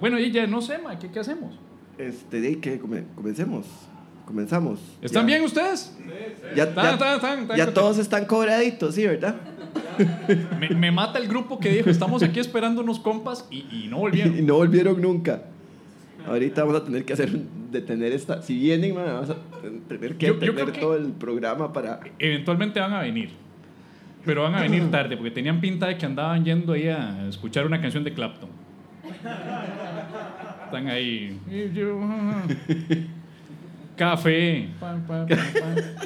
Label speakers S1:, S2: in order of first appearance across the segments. S1: Bueno, y ya no sé, ma, ¿qué, qué hacemos?
S2: Este, de ahí que come- comencemos. Comenzamos.
S1: ¿Están
S2: Ya-
S1: bien ustedes?
S2: Ya,
S1: Están, están,
S2: ya-
S1: están, están
S2: ya
S1: contentos.
S2: todos están cobraditos, ¿sí, verdad?
S1: Me, me mata el grupo que dijo, estamos aquí esperando unos compas y, y no volvieron.
S2: Y no volvieron nunca. Ahorita vamos a tener que hacer un- detener esta. Si vienen, man, vamos a tener que
S1: Yo- yo creo
S2: detener
S1: que-
S2: todo el programa para.
S1: Eventualmente van a venir. Pero van a venir tarde, porque tenían pinta de que andaban yendo ahí a escuchar una canción de Clapton. Están ahí. Y yo, ah, Café. Pa, pa, pa, pa.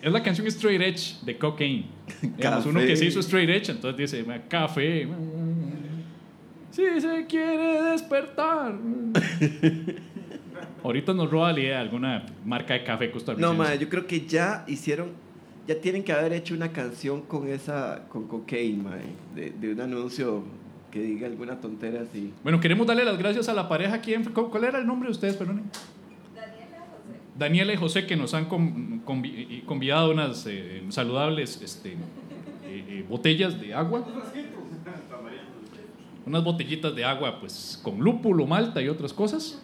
S1: Es la canción Straight Edge de Cocaine. Digamos, uno
S2: Café.
S1: que se hizo Straight Edge, entonces dice, "Ma, café. Si se quiere despertar. Ahorita nos roba la idea de alguna marca de café
S2: No,
S1: costarricense.
S2: man, yo creo que ya hicieron. Ya tienen que haber hecho una canción con esa. con cocaine, man, De, de un anuncio que diga alguna tontera así.
S1: Bueno, queremos darle las gracias a la pareja. ¿Quién, fue? ¿Cu- ¿Cuál era el nombre de ustedes, perdonen? Daniela y José, que nos han con- convi- y convidado unas eh, saludables este, eh, eh, botellas de agua. Unas botellitas de agua, pues, con lúpulo, malta y otras cosas.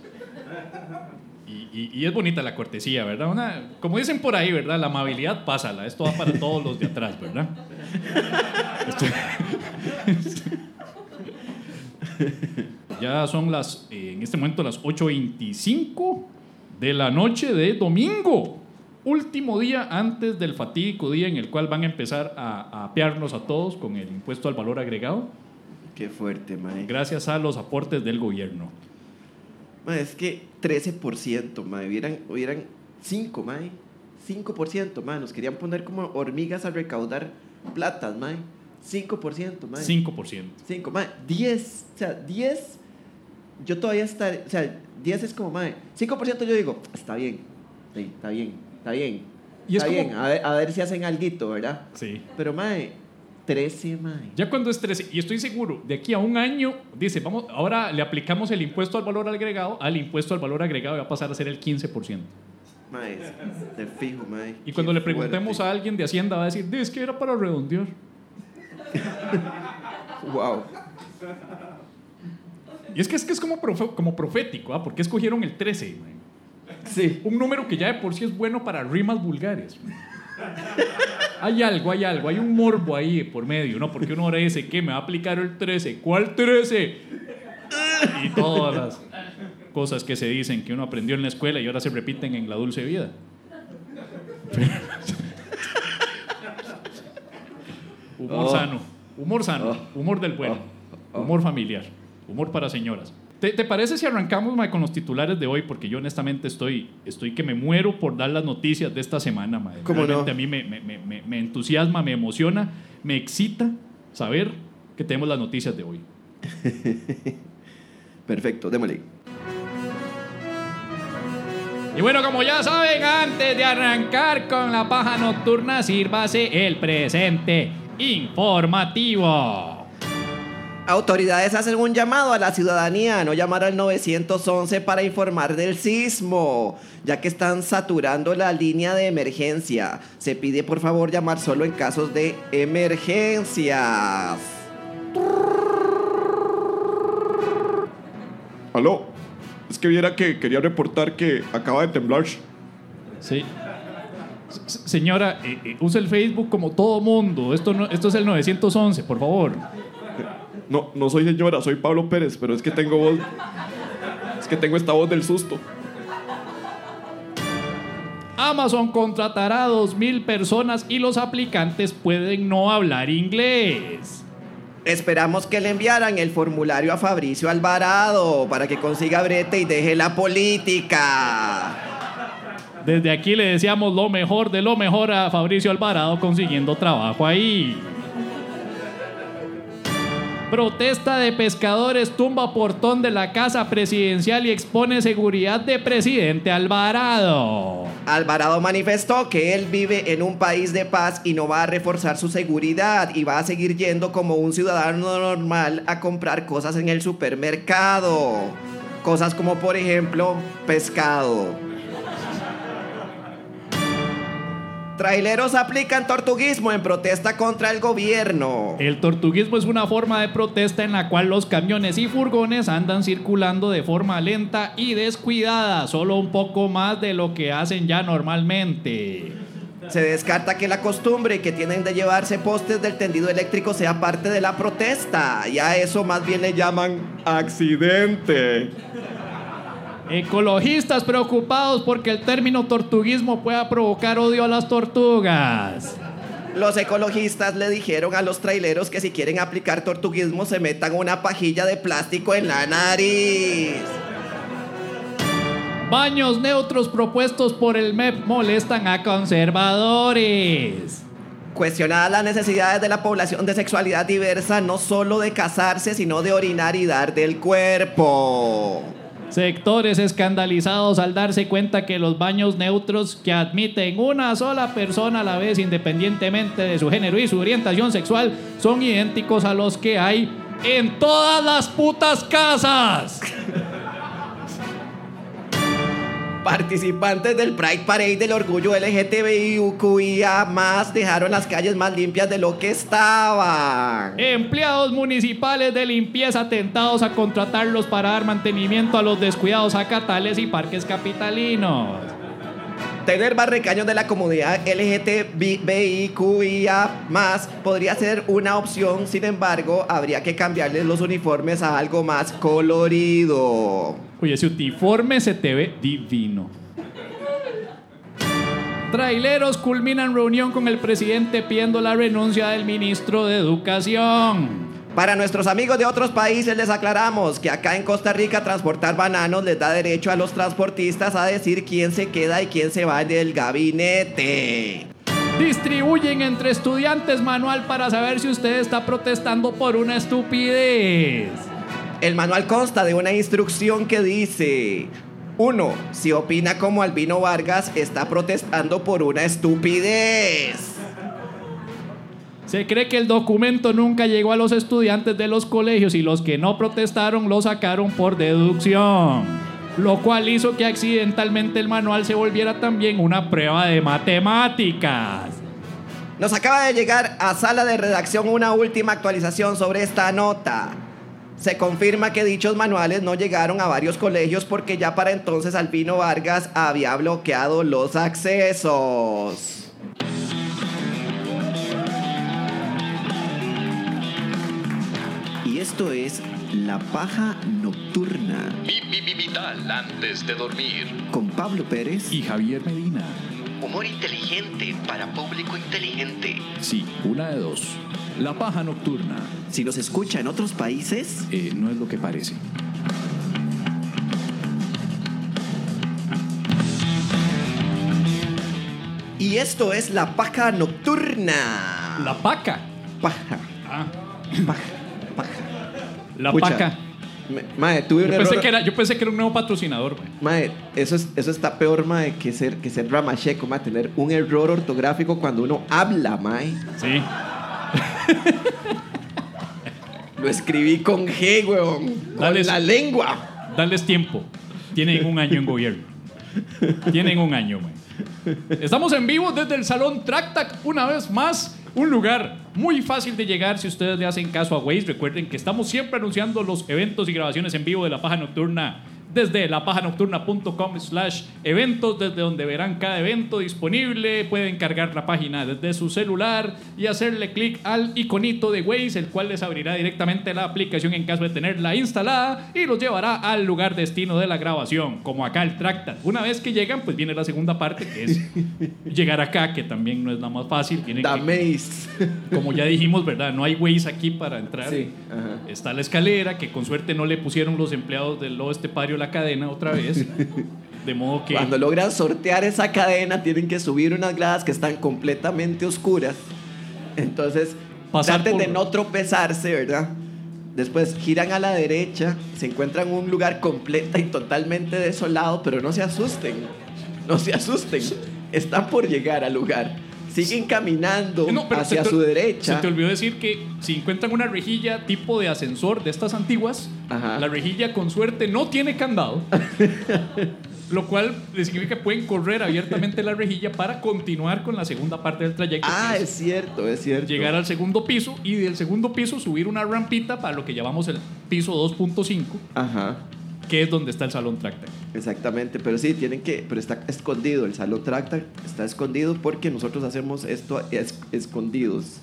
S1: Y, y- y es bonita la cortesía, ¿verdad? Una, como dicen por ahí, ¿verdad? La amabilidad, pásala. Esto va para todos los de atrás, ¿verdad? Ya son las, eh, en este momento, las 8.25 de la noche de domingo. Último día antes del fatídico día en el cual van a empezar a, a apearnos a todos con el impuesto al valor agregado,
S2: Qué fuerte, eh. man.
S1: gracias a los aportes del gobierno.
S2: Ma, es que 13%, ma, hubieran, hubieran 5, ma, 5%, ma, nos querían poner como hormigas a recaudar platas, ma, 5%, ma,
S1: 5%.
S2: 5, ma, 10, o sea, 10, yo todavía estaré, o sea, 10 es como, ma, 5% yo digo, está bien, sí, está bien, está bien,
S1: Y es
S2: está
S1: como-
S2: bien, a ver, a ver si hacen alguito, ¿verdad?
S1: Sí.
S2: Pero, ma, 13, ma,
S1: Ya cuando es 13, y estoy seguro, de aquí a un año, dice, vamos, ahora le aplicamos el impuesto al valor agregado, al impuesto al valor agregado y va a pasar a ser el 15%.
S2: ma, es- te fijo, ma.
S1: Y cuando le preguntemos a alguien de Hacienda va a decir, es que era para redondear.
S2: Wow.
S1: Y es que es, que es como, profe- como profético, ¿ah? ¿Por qué escogieron el 13? man?
S2: Sí.
S1: Un número que ya de por sí es bueno para rimas vulgares. man. Hay algo, hay algo, hay un morbo ahí por medio, ¿no? Porque uno ahora dice, ¿qué? Me va a aplicar el 13. ¿Cuál 13? Y todas las cosas que se dicen que uno aprendió en la escuela y ahora se repiten en la dulce vida. Humor
S2: Oh.
S1: sano, humor sano, humor del bueno,
S2: Oh. Oh.
S1: humor familiar, humor para señoras. ¿Te, te parece si arrancamos mae, con los titulares de hoy? Porque yo honestamente estoy, estoy que me muero por dar las noticias de esta semana. mae.
S2: ¿Cómo no?
S1: Realmente a mí me, me- me- me- me entusiasma, me emociona, me excita saber que tenemos las noticias de hoy.
S2: Perfecto, démosle.
S1: Y bueno, como ya saben, antes de arrancar con la paja nocturna, sírvase el presente informativo.
S2: Autoridades hacen un llamado a la ciudadanía a no llamar al 911 para informar del sismo, ya que están saturando la línea de emergencia. Se pide por favor llamar solo en casos de emergencias.
S3: Aló, es que viera que quería reportar que acaba de temblar.
S1: Sí. S- s- Señora, eh, eh, use el Facebook como todo mundo. Esto, no, esto es el 911, por favor.
S3: No, no soy señora, soy Pablo Pérez, pero es que tengo voz. Es que tengo esta voz del susto.
S1: Amazon contratará a 2.000 personas y los aplicantes pueden no hablar inglés.
S2: Esperamos que le enviaran el formulario a Fabricio Alvarado para que consiga brete y deje la política.
S1: Desde aquí le deseamos lo mejor de lo mejor a Fabricio Alvarado consiguiendo trabajo ahí. Protesta de pescadores tumba portón de la casa presidencial y expone seguridad de presidente Alvarado.
S2: Alvarado manifestó que él vive en un país de paz y no va a reforzar su seguridad y va a seguir yendo como un ciudadano normal a comprar cosas en el supermercado. Cosas como por ejemplo pescado. Traileros aplican tortuguismo en protesta contra el gobierno.
S1: El tortuguismo es una forma de protesta en la cual los camiones y furgones andan circulando de forma lenta y descuidada, solo un poco más de lo que hacen ya normalmente.
S2: Se descarta que la costumbre que tienen de llevarse postes del tendido eléctrico sea parte de la protesta. Y a eso más bien le llaman accidente.
S1: Ecologistas preocupados porque el término tortuguismo pueda provocar odio a las tortugas.
S2: Los ecologistas le dijeron a los traileros que si quieren aplicar tortuguismo se metan una pajilla de plástico en la nariz.
S1: Baños neutros propuestos por el MEP molestan a conservadores.
S2: Cuestionadas las necesidades de la población de sexualidad diversa, no solo de casarse, sino de orinar y dar del cuerpo.
S1: Sectores escandalizados al darse cuenta que los baños neutros que admiten una sola persona a la vez independientemente de su género y su orientación sexual son idénticos a los que hay en todas las putas casas.
S2: Participantes del Pride Parade del Orgullo LGTBIQIA más dejaron las calles más limpias de lo que estaban.
S1: Empleados municipales de limpieza tentados a contratarlos para dar mantenimiento a los descuidados acatales y parques capitalinos.
S2: Tener barrecaños de la comunidad LGTBIQIA más podría ser una opción, sin embargo, habría que cambiarles los uniformes a algo más colorido.
S1: Oye, ese uniforme se te ve divino. Traileros culminan reunión con el presidente pidiendo la renuncia del ministro de Educación.
S2: Para nuestros amigos de otros países les aclaramos que acá en Costa Rica transportar bananos les da derecho a los transportistas a decir quién se queda y quién se va del gabinete.
S1: Distribuyen entre estudiantes manual para saber si usted está protestando por una estupidez.
S2: El manual consta de una instrucción que dice... 1. Si opina como Albino Vargas, está protestando por una estupidez.
S1: Se cree que el documento nunca llegó a los estudiantes de los colegios y los que no protestaron lo sacaron por deducción, lo cual hizo que accidentalmente el manual se volviera también una prueba de matemáticas.
S2: Nos acaba de llegar a sala de redacción una última actualización sobre esta nota. Se confirma que dichos manuales no llegaron a varios colegios porque ya para entonces Albino Vargas había bloqueado los accesos. Y esto es La Paja Nocturna
S4: Vi- vi- vi- Vital antes de dormir.
S2: con Pablo Pérez.
S5: y Javier Medina.
S6: Humor inteligente para público inteligente.
S5: Sí, una de dos. La paja nocturna
S2: Si nos escucha en otros países,
S5: eh, no es lo que parece.
S2: Y esto es la paja nocturna.
S1: La paca.
S2: paja.
S1: Ah,
S2: Paja. Paja.
S1: la
S2: Pucha,
S1: paca.
S2: me- Mae, tuve un
S1: Yo pensé,
S2: error.
S1: que era, yo pensé que era un nuevo patrocinador. pues. güey.
S2: Mae, eso, es, eso está peor, mae, que ser, que ser ramacheco, mae. Tener un error ortográfico cuando uno habla, mae.
S1: Sí.
S2: Lo escribí con G, weón. Con
S1: Dale.
S2: la lengua.
S1: Darles tiempo. Tienen un año en gobierno. Tienen un año, pues. güey. Estamos en vivo desde el Salón Tractac una vez más. Un lugar muy fácil de llegar si ustedes le hacen caso a Waze. Recuerden que estamos siempre anunciando los eventos y grabaciones en vivo de La Paja Nocturna desde lapajanocturna.com slash eventos, desde donde verán cada evento disponible. Pueden cargar la página desde su celular y hacerle clic al iconito de Waze, el cual les abrirá directamente la aplicación en caso de tenerla instalada y los llevará al lugar destino de la grabación, como acá el Tractat. Una vez que llegan, pues viene la segunda parte, que es llegar acá, que también no es la más fácil. Tienen que-
S2: Dameis.
S1: como ya dijimos, ¿verdad? No hay Waze aquí para entrar.
S2: Sí, ajá.
S1: Está la escalera, que con suerte no le pusieron los empleados del Oeste Pario la cadena otra vez. De modo que
S2: Cuando logran sortear esa cadena, tienen que subir unas gradas que están completamente oscuras. Entonces,
S1: Pasar
S2: traten
S1: por-
S2: de no tropezarse, ¿verdad? Después giran a la derecha, se encuentran un lugar completa y totalmente desolado, pero no se asusten. No se asusten. Están por llegar al lugar. Siguen caminando
S1: No, pero
S2: hacia
S1: se te-
S2: su
S1: Se
S2: derecha.
S1: te olvidó decir que si encuentran una rejilla tipo de ascensor de estas antiguas,
S2: Ajá.
S1: la rejilla con suerte no tiene candado. Lo cual significa que pueden correr abiertamente la rejilla para continuar con la segunda parte del trayecto.
S2: Ah,
S1: que
S2: es cierto, es cierto.
S1: llegar al segundo piso y del segundo piso subir una rampita para lo que llamamos el piso 2.5,
S2: Ajá,
S1: que es donde está el salón Tractac.
S2: exactamente. Pero sí, tienen que. Pero está escondido. El salón tracta está escondido porque nosotros hacemos esto es- escondidos.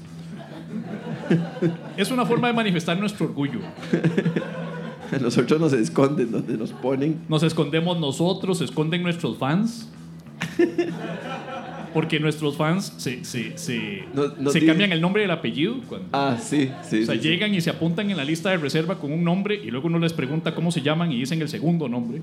S1: Es una forma de manifestar nuestro orgullo.
S2: Nosotros nos esconden donde nos ponen.
S1: Nos escondemos nosotros, se esconden nuestros fans. Porque nuestros fans se, se, se,
S2: No- no
S1: se
S2: dice-
S1: cambian el nombre y el apellido. cuando-
S2: Ah, sí, sí.
S1: o sea,
S2: sí, sí.
S1: llegan y se apuntan en la lista de reserva con un nombre y luego uno les pregunta cómo se llaman y dicen el segundo nombre.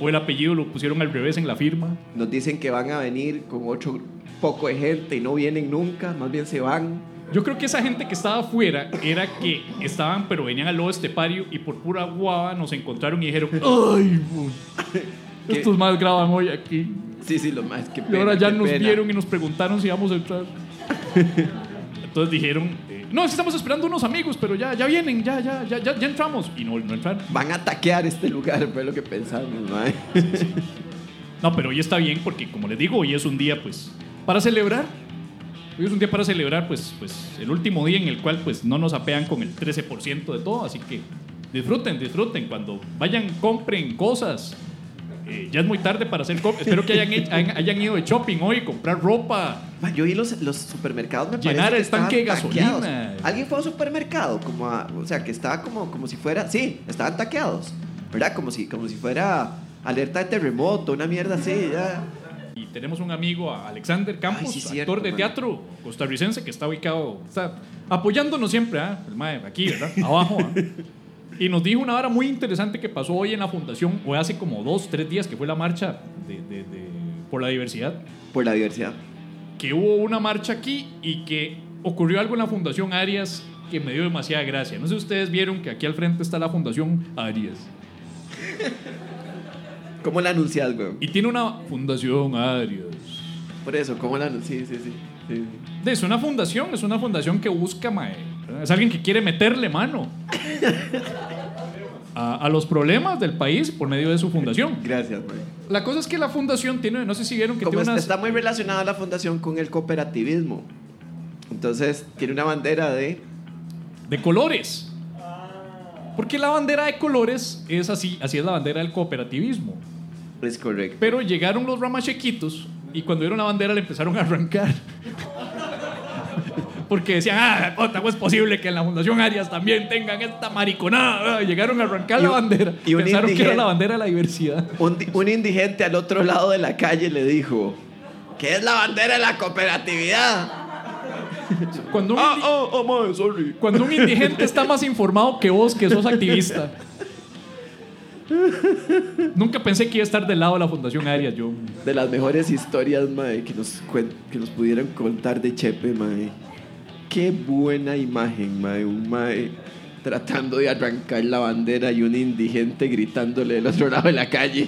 S1: o el apellido lo pusieron al revés en la firma.
S2: Nos dicen que van a venir con otro poco de gente y no vienen nunca, más bien se van.
S1: Yo creo que esa gente que estaba afuera era que estaban, pero venían al lobo estepario y por pura guava nos encontraron y dijeron: ¡Ay, bu-
S2: ¿Qué?
S1: Estos más graban hoy aquí.
S2: Sí, sí, lo más que
S1: Y ahora ya nos vieron y nos preguntaron si íbamos a entrar. Entonces dijeron, eh, no, es que estamos esperando unos amigos, pero ya, ya vienen, ya, ya, ya, ya, ya entramos. Y no, no entraron.
S2: Van a taquear este lugar, fue lo que pensamos, mae.
S1: No, pero hoy está bien porque, como les digo, hoy es un día, pues, para celebrar. Hoy es un día para celebrar, pues, pues el último día en el cual, pues, no nos apean con el 13% de todo. Así que disfruten, disfruten. Cuando vayan, compren cosas. Eh, ya es muy tarde para hacer compras. Espero que hayan, hecho- hayan- hayan ido de shopping hoy, comprar ropa.
S2: Mae, Yo vi los, los supermercados, me
S1: Llenar
S2: parece
S1: el
S2: que estaban
S1: tanque de gasolina.
S2: taqueados. ¿Alguien fue a un supermercado? Como a- o sea, que estaba como, como si fuera... Sí, estaban taqueados, ¿verdad? Como si, como si fuera alerta de terremoto, una mierda así, ya.
S1: Y tenemos un amigo, a Alexander Campos,
S2: Ay, sí,
S1: actor
S2: cierto,
S1: de
S2: man.
S1: teatro costarricense que está ubicado, está apoyándonos siempre, ¿ah? El mae, aquí, ¿verdad? Abajo. ¿ah? Y nos dijo una hora muy interesante que pasó hoy en la fundación, o hace como dos, tres días, que fue la marcha de- de- de- por la diversidad,
S2: Por la diversidad.
S1: que hubo una marcha aquí y que ocurrió algo en la fundación Arias que me dio demasiada gracia. No sé si ustedes vieron que aquí al frente está la fundación Arias.
S2: ¿Cómo la anuncias, güey?
S1: Y tiene una fundación Arias.
S2: Por eso, ¿cómo la anuncias? Sí, sí, sí. sí, sí.
S1: Es una fundación, es una fundación que busca, mae. Es alguien que quiere meterle mano a, a los problemas del país por medio de su fundación.
S2: Gracias, mae.
S1: La cosa es que la fundación tiene, no sé si vieron que
S2: Como
S1: tiene
S2: es-
S1: unas.
S2: está muy relacionada la fundación con el cooperativismo. Entonces, tiene una bandera de...
S1: de colores. Porque la bandera de colores es así, así es la bandera del cooperativismo.
S2: Es correcto.
S1: Pero llegaron los ramachequitos y cuando vieron la bandera le empezaron a arrancar. Porque decían, ah, puta, ¿cómo es posible que en la Fundación Arias también tengan esta mariconada? Ah, Llegaron a arrancar
S2: Y
S1: la
S2: un-
S1: bandera.
S2: y un
S1: Pensaron que era
S2: indigente.
S1: la bandera de la diversidad.
S2: Un, di- un indigente al otro lado de la calle le dijo, ¿qué es la bandera de la cooperatividad?
S1: Cuando un,
S3: Ah,
S1: indi-
S3: ah, ah, mae, sorry.
S2: oh.
S1: cuando un indigente está más informado que vos, que sos activista. Nunca pensé que iba a estar del lado de la Fundación Arias, yo.
S2: De las mejores historias, mae, que nos, cuen- que nos pudieron contar de Chepe, mae. Qué buena imagen, mae. Un mae tratando de arrancar la bandera y un indigente gritándole del otro lado de la calle.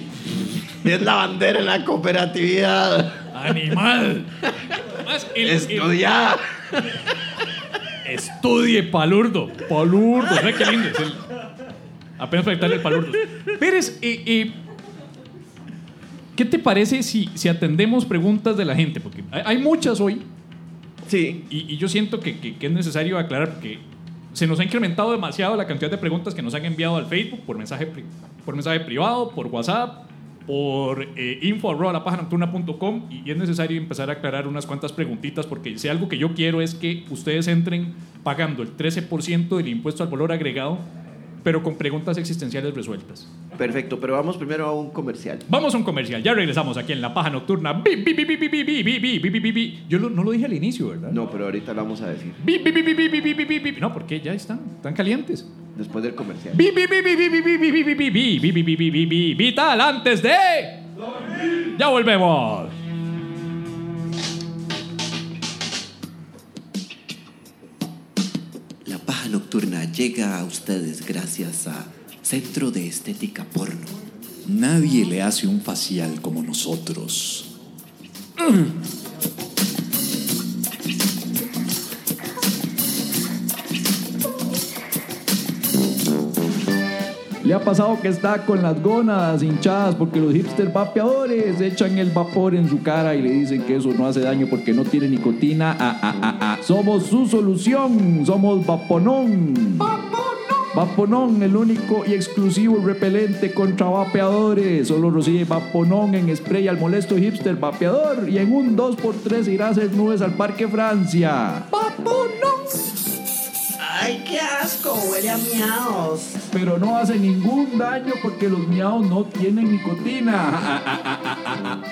S2: Es la bandera de la cooperatividad.
S1: ¡Animal! Además, el- el-
S2: Estudiá.
S1: Estudie palurdo. Palurdo. Ve qué lindo. es el- Apenas faltarle el palurdo. Pérez, eh, eh, ¿qué te parece si, si atendemos preguntas de la gente? Porque hay, hay muchas hoy
S2: Sí,
S1: y, y yo siento que, que- que es necesario aclarar porque se nos ha incrementado demasiado la cantidad de preguntas que nos han enviado al Facebook por mensaje, pri- por mensaje privado, por WhatsApp, por eh, info arroba lapajanocturna.com y, y es necesario empezar a aclarar unas cuantas preguntitas porque si algo que yo quiero es que ustedes entren pagando el 13% del impuesto al valor agregado, pero con preguntas existenciales resueltas.
S2: perfecto, pero vamos primero a un comercial.
S1: Vamos a un comercial, ya regresamos aquí en La Paja Nocturna. Bi, bi, bi, bi, bi, bi, bi, bi, bi, bi, bi, bi. Yo lo- no lo dije al inicio, ¿verdad?
S2: No, pero ahorita lo vamos a decir,
S1: Bip, bip, bip, bip, bip, bip, bip, bip. No, porque ya están, están calientes.
S2: después del comercial.
S1: Bip, bip, bip, bip, bip, bip, bip, bip, bip, bip, bip, bip, bip, bip, bip, bip. Vital antes de. Ya volvemos.
S7: La paja nocturna llega a ustedes gracias a Centro de Estética Porno.
S5: Nadie le hace un facial como nosotros.
S8: Le ha pasado que está con las gónadas hinchadas porque los hipster vapeadores echan el vapor en su cara y le dicen que eso no hace daño porque no tiene nicotina. Ah, ah, ah, ah. Somos su solución, somos Vaponón. Vaponón, el único y exclusivo repelente contra vapeadores. Solo recibe Vaponón en spray al molesto hipster vapeador y en un 2x3 irá a hacer nubes al Parque Francia.
S2: ¡Ay, qué asco! Huele a miados.
S8: pero no hace ningún daño porque los miaos no tienen nicotina.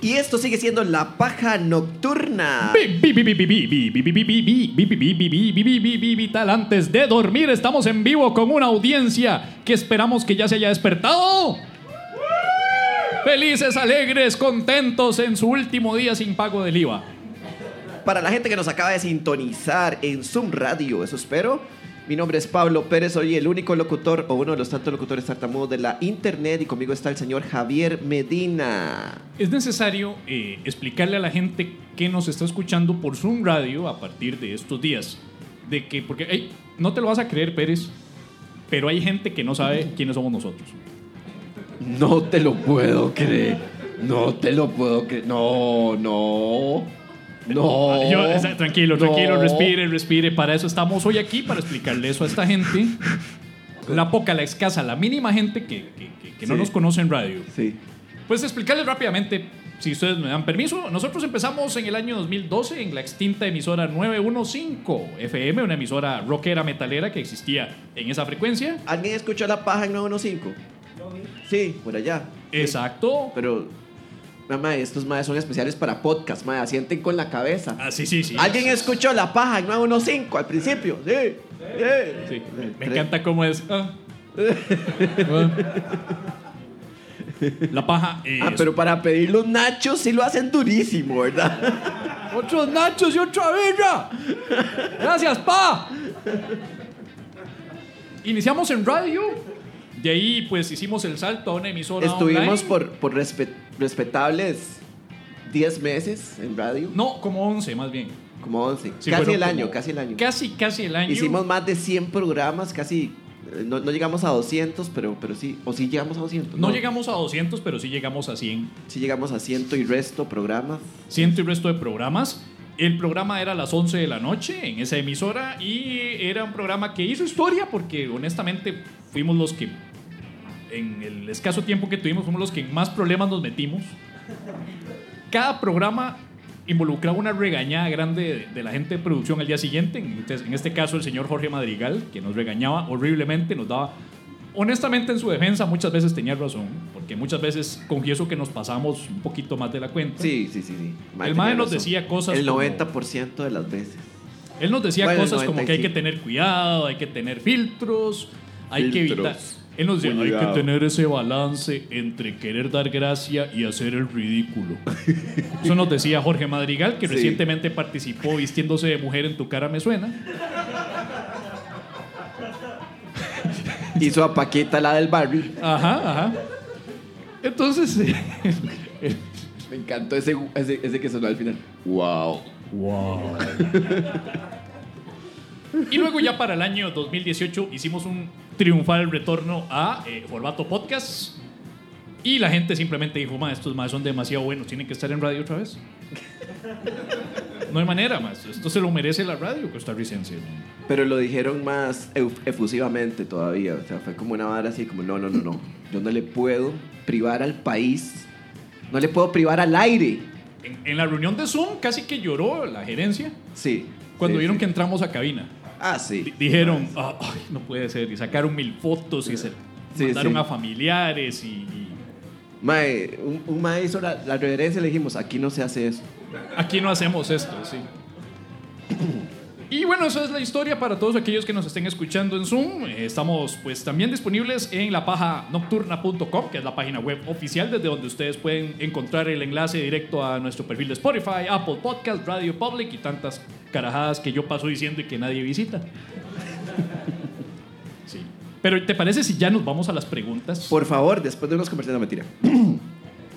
S2: Y esto sigue siendo la paja nocturna.
S1: Vital, antes de dormir estamos en vivo con una audiencia que esperamos que ya se haya despertado. Felices, alegres, contentos en su último día sin pago del IVA.
S2: Para la gente que nos acaba de sintonizar en Zoom Radio, eso espero. Mi nombre es Pablo Pérez, soy el único locutor o uno de los tantos locutores tartamudos de la internet y conmigo está el señor Javier Medina.
S1: Es necesario eh, explicarle a la gente que nos está escuchando por Zoom Radio a partir de estos días. De que, porque, ey, no te lo vas a creer, Pérez, pero hay gente que no sabe quiénes somos nosotros.
S3: No te lo puedo creer. No te lo puedo creer. No, no. No.
S1: Yo- esa- tranquilo, tranquilo,
S3: No.
S1: respire, respire. Para eso estamos hoy aquí, para explicarle eso a esta gente. La poca, la escasa, la mínima gente que, que- que- que no
S3: Sí.
S1: nos conoce en radio.
S3: Sí.
S1: Pues explicarles rápidamente, si ustedes me dan permiso. Nosotros empezamos en el año 2012 en la extinta emisora 915 FM, una emisora rockera metalera que existía en esa frecuencia.
S2: ¿Alguien escuchó la paja en 915? Sí, por allá.
S1: Exacto.
S2: Pero, mamá, estos maes son especiales para podcast, mae, asienten con la cabeza.
S1: Ah, sí, sí, sí.
S2: ¿Alguien escuchó la paja en 915 al principio? Sí. sí.
S1: Sí, me- Me encanta cómo es. Ah. La paja eh, es.
S2: Ah, pero para pedir los nachos sí lo hacen durísimo, ¿verdad?
S8: Otros nachos y otra birra. Gracias, pa.
S1: Iniciamos en radio. De ahí, pues, hicimos el salto a una emisora
S2: Estuvimos
S1: online.
S2: por, por respe- respetables 10 meses en radio,
S1: No, como 11, más bien.
S2: como 11.
S1: Sí,
S2: casi
S1: fueron
S2: el año,
S1: como-
S2: casi el año.
S1: Casi, casi el año.
S2: Hicimos más de 100 programas, casi... eh, No, no llegamos a 200, pero, pero sí. O sí llegamos a 200.
S1: No llegamos a 200, pero sí llegamos a 100.
S2: Sí llegamos a 100 y resto programas.
S1: Ciento y resto de programas. El programa era a las 11 de la noche en esa emisora y era un programa que hizo historia porque honestamente fuimos los que, en el escaso tiempo que tuvimos, fuimos los que en más problemas nos metimos. Cada programa involucraba una regañada grande de, de la gente de producción al día siguiente. En este, en este caso, el señor Jorge Madrigal, que nos regañaba horriblemente, nos daba. Honestamente, en su defensa, muchas veces tenía razón, porque muchas veces confieso que nos pasamos un poquito más de la cuenta.
S2: Sí, sí, sí. sí.
S1: El
S2: tenía
S1: mae nos
S2: razón.
S1: decía cosas
S2: El
S1: como-
S2: 90% de las veces.
S1: Él nos decía
S2: Bueno, el
S1: cosas como que hay que
S2: 95.
S1: tener cuidado, hay que tener filtros, hay que
S3: Filtros.
S1: evitar. Él nos decía, hay que
S3: Cuidado.
S1: tener ese balance entre querer dar gracia y hacer el ridículo. Eso nos decía Jorge Madrigal, que
S2: Sí.
S1: recientemente participó vistiéndose de mujer en tu cara me suena.
S2: Hizo a Paquita la del barrio.
S1: Ajá, ajá. Entonces,
S3: Me encantó ese, ese, ese que sonó al final. Wow.
S1: Y luego ya para el año 2018 hicimos un triunfal retorno a eh, formato podcast. Y la gente simplemente dijo, ma, estos más son demasiado buenos, tienen que estar en radio otra vez. No hay manera más, esto se lo merece la radio costarricense. ¿no?
S2: Pero lo dijeron más euf- efusivamente todavía. O sea, fue como una vara así, como, no, no, no, no. Yo no le puedo privar al país. No le puedo privar al aire.
S1: En, en la reunión de Zoom casi que lloró la gerencia
S2: Sí.
S1: cuando
S2: sí,
S1: vieron
S2: sí.
S1: que entramos a cabina.
S2: Ah,
S1: Di-
S2: sí.
S1: Dijeron, "Ah, ay, no puede ser, y sacaron mil fotos y se
S2: Sí,
S1: mandaron
S2: sí.
S1: a familiares y... y
S2: Mae, un, un mae hizo la, la reverencia y le dijimos, aquí no se hace eso.
S1: Aquí no hacemos esto, sí. Y bueno, esa es la historia para todos aquellos que nos estén escuchando en Zoom. Eh, Estamos pues también disponibles en la paja nocturna.com, que es la página web oficial desde donde ustedes pueden encontrar el enlace directo a nuestro perfil de Spotify, Apple Podcast, Radio Public y tantas carajadas que yo paso diciendo y que nadie visita. Sí. Pero ¿te parece si ya nos vamos a las preguntas?
S2: Por favor, después de unos comerciales, no mentira.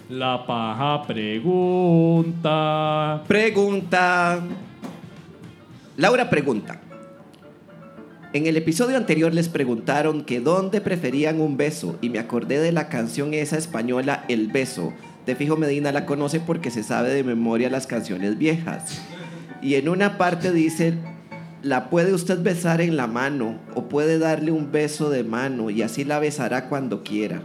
S1: La paja pregunta.
S2: Pregunta. Laura pregunta. En el episodio anterior les preguntaron que dónde preferían un beso y me acordé de la canción esa española El beso. De fijo Medina la conoce porque se sabe de memoria las canciones viejas. Y en una parte dice, la puede usted besar en la mano o puede darle un beso de mano y así la besará cuando quiera.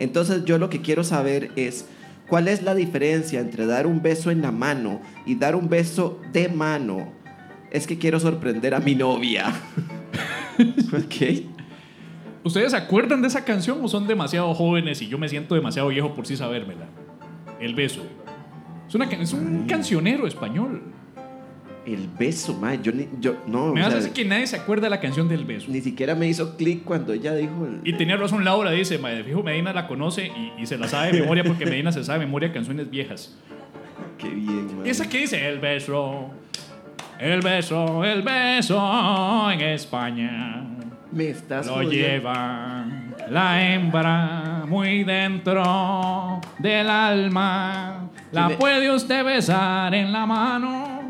S2: Entonces yo lo que quiero saber es cuál es la diferencia entre dar un beso en la mano y dar un beso de mano. Es que quiero sorprender a mi novia. ok.
S1: ¿Ustedes se acuerdan de esa canción o son demasiado jóvenes y yo me siento demasiado viejo por sí sabérmela? El beso. Es, una, can- es un cancionero español.
S2: El beso, mae. Yo, ni- yo no.
S1: Me
S2: o
S1: hace
S2: sea,
S1: decir que nadie se acuerda de la canción del beso.
S2: Ni siquiera me hizo clic cuando ella dijo. el-
S1: Y tenía razón Laura, dice, "Mae, de fijo Medina la conoce y, y se la sabe de memoria porque Medina se sabe de memoria canciones viejas.
S2: Qué bien, mae.
S1: Esa que dice, el beso, el beso, el beso en España.
S2: Me estás
S1: Lo
S2: jodiendo.
S1: lleva la hembra muy dentro del alma. La
S2: Tiene-
S1: puede usted besar en la mano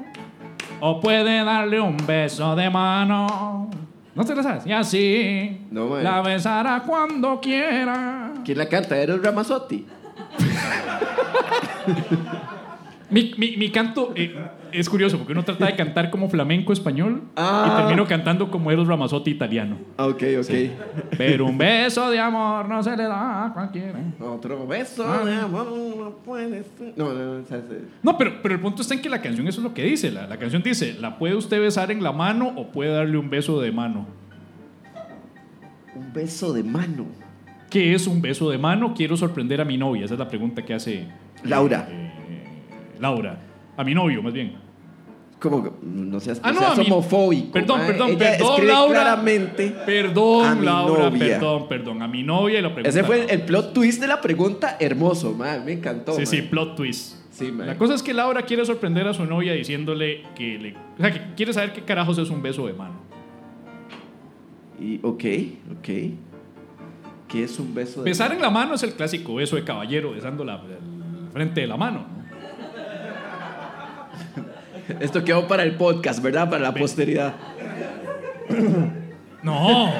S1: o puede darle un beso de mano. No te la sabes. Y así
S2: No, mae.
S1: la besará cuando quiera.
S2: ¿Quién la canta? ¿Era el Ramazotti?
S1: Mi, mi- mi canto eh, es curioso porque uno trata de cantar como flamenco español
S2: Ah.
S1: y termino cantando como Eros Ramazzotti italiano.
S2: Ah, ok, ok.
S1: Pero un beso de amor no se le da a cualquiera.
S2: Otro beso
S1: Ah.
S2: de amor no puede ser. No, no, no. o sea, se-
S1: No, pero, pero el punto está en que la canción eso es lo que dice. La, la canción dice, la puede usted besar en la mano o puede darle un beso de mano.
S2: Un beso de mano.
S1: ¿Qué es un beso de mano? Quiero sorprender a mi novia. Esa es la pregunta que hace
S2: Laura.
S1: eh, Laura. A mi novio, más bien.
S2: Como que, no seas,
S1: Ah,
S2: no
S1: no,
S2: seas
S1: a mí-
S2: homofóbico.
S1: Perdón,
S2: mae.
S1: perdón,
S2: Ah, Ella
S1: perdón,
S2: escribe
S1: Laura.
S2: claramente.
S1: Perdón,
S2: A mi
S1: Laura,
S2: novia.
S1: perdón, perdón. A mi novia y la pregunta.
S2: Ese fue
S1: no.
S2: el, el plot twist de la pregunta. Hermoso, man. Me encantó.
S1: Sí,
S2: mae.
S1: sí, plot twist.
S2: Sí, mae.
S1: La cosa es que Laura quiere sorprender a su novia diciéndole que le... O sea, que quiere saber qué carajos es un beso de mano.
S2: Y, ok, ok. ¿Qué es un beso de
S1: Besar en la mano es el clásico beso de caballero, besando la, el frente de la mano. ¿no?
S2: Esto quedó para el podcast, ¿verdad? Para la posteridad.
S1: No.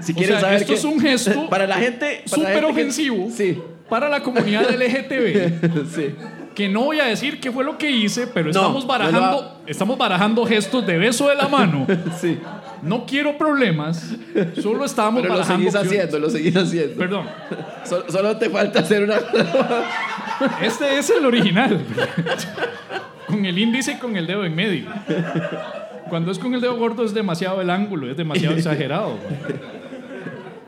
S2: Si
S1: O
S2: quieren
S1: sea,
S2: saber
S1: esto
S2: que-
S1: es un gesto
S2: para la gente para la
S1: Súper
S2: gente que-
S1: ofensivo
S2: Sí.
S1: para la comunidad LGTB.
S2: sí.
S1: Que no voy a decir qué fue lo que hice, pero
S2: No,
S1: estamos,
S2: no
S1: barajando,
S2: lo
S1: estamos barajando gestos de beso de la mano.
S2: Sí.
S1: No quiero problemas. Solo estamos
S2: Pero lo
S1: barajando.
S2: seguís
S1: opciones.
S2: haciendo, lo seguís haciendo.
S1: Perdón.
S2: Solo, solo te falta hacer una.
S1: Este es el original. con el índice y con el dedo en medio. Cuando es con el dedo gordo es demasiado el ángulo, es demasiado exagerado.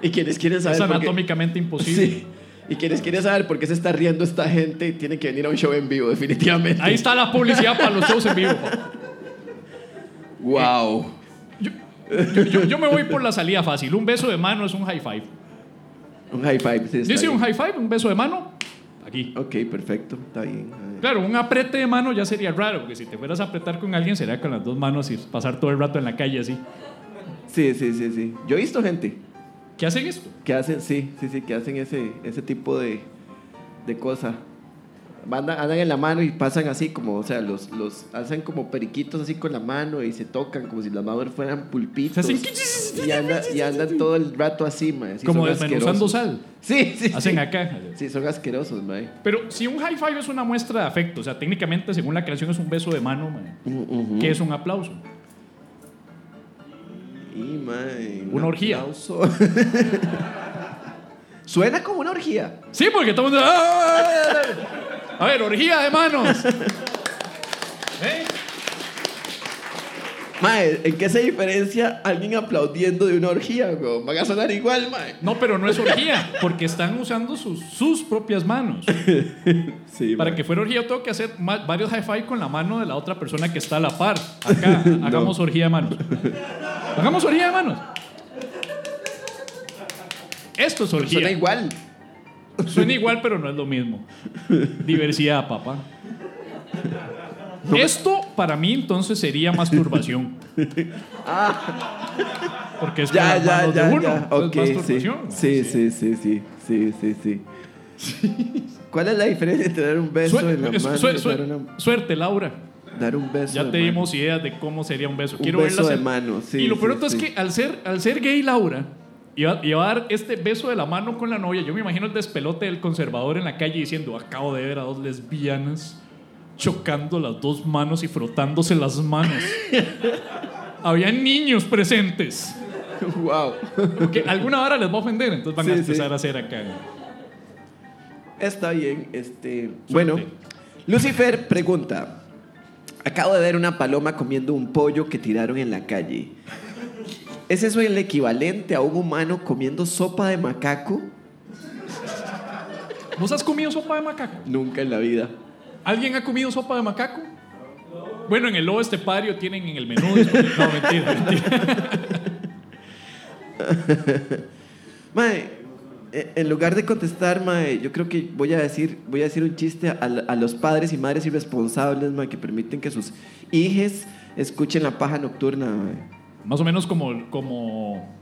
S2: y quienes quieren saber.
S1: Es
S2: por qué-
S1: anatómicamente imposible.
S2: Sí. Y quienes quieren saber por qué se está riendo esta gente, tienen que venir a un show en vivo, definitivamente.
S1: Ahí está la publicidad para los shows en vivo.
S2: ¡Wow!
S1: Yo, yo- yo- yo me voy por la salida fácil. Un beso de mano es un high five.
S2: Un high five. Sí, está
S1: Dice un high
S2: bien.
S1: five, un beso de mano, aquí.
S2: Ok, perfecto. Está bien. está bien.
S1: Claro, un aprete de mano ya sería raro, porque si te fueras a apretar con alguien sería con las dos manos y pasar todo el rato en la calle así.
S2: Sí, sí, sí, sí. Yo he visto gente
S1: ¿Qué hacen esto?
S2: que hacen, sí, sí, sí, que hacen ese, ese tipo de, de cosa. Andan, andan en la mano y pasan así como, o sea, los, los hacen como periquitos así con la mano y se tocan como si las manos fueran
S1: Se
S2: pulpitos.
S1: hacen
S2: y, anda- y andan todo el rato así, mae. Sí,
S1: como
S2: son
S1: desmenuzando
S2: asquerosos.
S1: sal.
S2: Sí, sí, sí.
S1: Hacen acá.
S2: Sí, son asquerosos, mae.
S1: Pero si un high five es una muestra de afecto, o sea, técnicamente según la creación es un beso de mano, man,
S2: Mm, Ujú.
S1: que es un aplauso.
S2: Y, mae, un
S1: Una orgía.
S2: aplauso. Suena como una orgía.
S1: Sí, porque todo el mundo... A ver, orgía de manos. ¿Eh?
S2: Mae, ¿en qué se diferencia alguien aplaudiendo de una orgía? weón? Van a sonar igual, mae.
S1: No, pero no es orgía, porque están usando sus, sus propias manos.
S2: Sí,
S1: Para que fuera orgía, yo tengo que hacer ma- varios hi-fi con la mano de la otra persona que está a la par. Acá, hagamos orgía de manos. Hagamos orgía de manos. Esto es orgía.
S2: Suena
S1: Suena,
S2: igual.
S1: igual, pero no es lo mismo. Diversidad, papá. Esto para mí entonces sería masturbación. Porque es
S2: Ya,
S1: con las
S2: ya,
S1: manos
S2: ya,
S1: de uno.
S2: ya.
S1: Entonces,
S2: Ok, sí.
S1: masturbación.
S2: Sí, sí, sí, sí, sí, sí, sí. ¿Cuál es la diferencia entre dar un beso
S1: Suer-
S2: en la
S1: su-
S2: mano
S1: su-
S2: y
S1: su-
S2: dar una-
S1: Suerte, Laura.
S2: Dar un beso.
S1: Ya
S2: de
S1: te
S2: mano.
S1: dimos ideas de cómo sería un beso.
S2: Un
S1: Quiero
S2: beso
S1: verlas
S2: de
S1: en-
S2: mano, sí,
S1: y lo
S2: sí,
S1: peor es
S2: sí.
S1: que al ser, al ser gay Laura, iba, iba a dar este beso de la mano con la novia. Yo me imagino el despelote del conservador en la calle diciendo, acabo de ver a dos lesbianas chocando las dos manos y frotándose las manos. Había niños presentes.
S2: Wow.
S1: Porque alguna hora les va a ofender, entonces van a
S2: Sí,
S1: empezar
S2: sí.
S1: a hacer acá.
S2: Está bien, este. Bueno, Lucifer pregunta: Acabo de ver una paloma comiendo un pollo que tiraron en la calle. ¿Es eso el equivalente a un humano comiendo sopa de macaco?
S1: ¿Vos has comido sopa de macaco?
S2: Nunca en la vida.
S1: ¿Alguien ha comido sopa de macaco? Bueno, en el lobo estepario tienen en el menú. disponible- No, mentira, mentira.
S2: Mae, eh, en lugar de contestar, mae, yo creo que voy a decir, voy a decir un chiste a, a los padres y madres irresponsables, mae, que permiten que sus hijes escuchen la paja nocturna, mae.
S1: Más o menos como, como,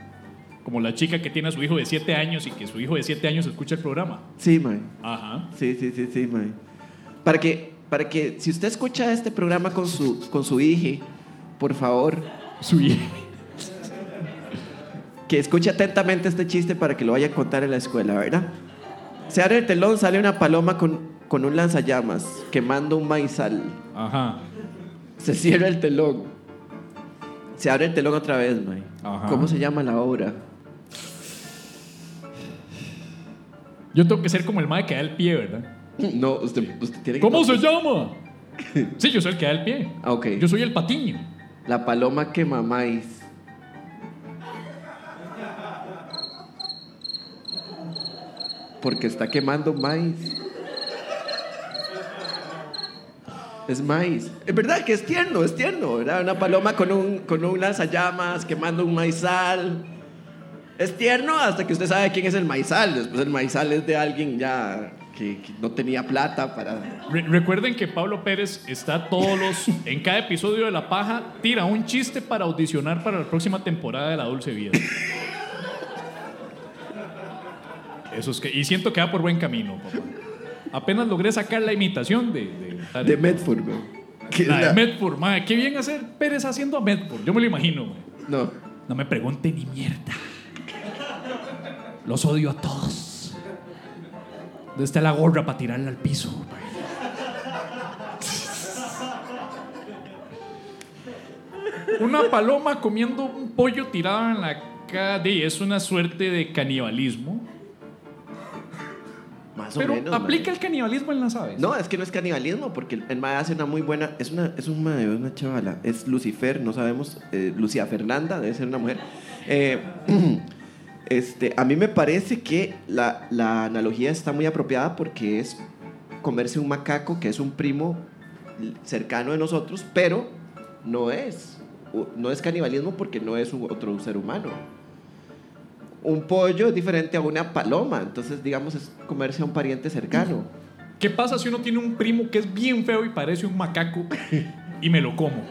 S1: como la chica que tiene a su hijo de 7 años y que su hijo de 7 años escucha el programa.
S2: Sí, mae.
S1: Ajá.
S2: Sí, sí, sí, sí, mae. Para que, para que si usted escucha este programa con su, con su hije, por favor,
S1: Su hijo.
S2: que escuche atentamente este chiste para que lo vaya a contar en la escuela, ¿verdad? Se abre el telón, sale una paloma con, con un lanzallamas quemando un maizal.
S1: Ajá.
S2: Se cierra el telón. Se abre el telón otra vez, mae.
S1: Ajá.
S2: ¿Cómo se llama la obra?
S1: Yo tengo que ser como el mae que da el pie, ¿verdad?
S3: No, usted, usted tiene que.
S1: ¿Cómo se llama? Sí, yo soy el que da el pie.
S2: Ah, ok.
S1: Yo soy el patiño.
S2: La paloma quema maíz. Porque está quemando maíz. Es maíz. Es verdad que es tierno, es tierno, ¿verdad? Una paloma con un, con un lanzallamas quemando un maizal. Es tierno hasta que usted sabe quién es el maizal. Después el maizal es de alguien ya que, que no tenía plata para...
S1: Re- recuerden que Pablo Pérez está todos los. En cada episodio de La Paja, tira un chiste para audicionar para la próxima temporada de La Dulce Vida. Eso es que. Y siento que va por buen camino, papá. Apenas logré sacar la imitación de. De,
S2: De Medford, güey. Ah, Que es
S1: la de
S2: la-
S1: Medford, madre. Qué bien hacer Pérez haciendo a Medford. Yo me lo imagino, mae.
S2: No.
S1: No me pregunten ni mierda. Los odio a todos. ¿Dónde está la gorra para tirarla al piso? mae? Una paloma comiendo un pollo tirado en la calle es una suerte de canibalismo.
S2: Más
S1: Pero
S2: o menos. mae.
S1: aplica el canibalismo en las aves.
S2: No, es que no es canibalismo, porque el, el mae hace una muy buena. Es una, es un mae, una chavala. Es Lucifer, no sabemos. eh, Lucía Fernanda, debe ser una mujer. Eh, este, a mí me parece que la, la analogía está muy apropiada porque es comerse un macaco que es un primo cercano de nosotros, pero no es. u- No es canibalismo porque no es u- otro ser humano. Un pollo es diferente a una paloma, entonces digamos es comerse a un pariente cercano.
S1: ¿Qué pasa si uno tiene un primo que es bien feo y parece un macaco y me lo como?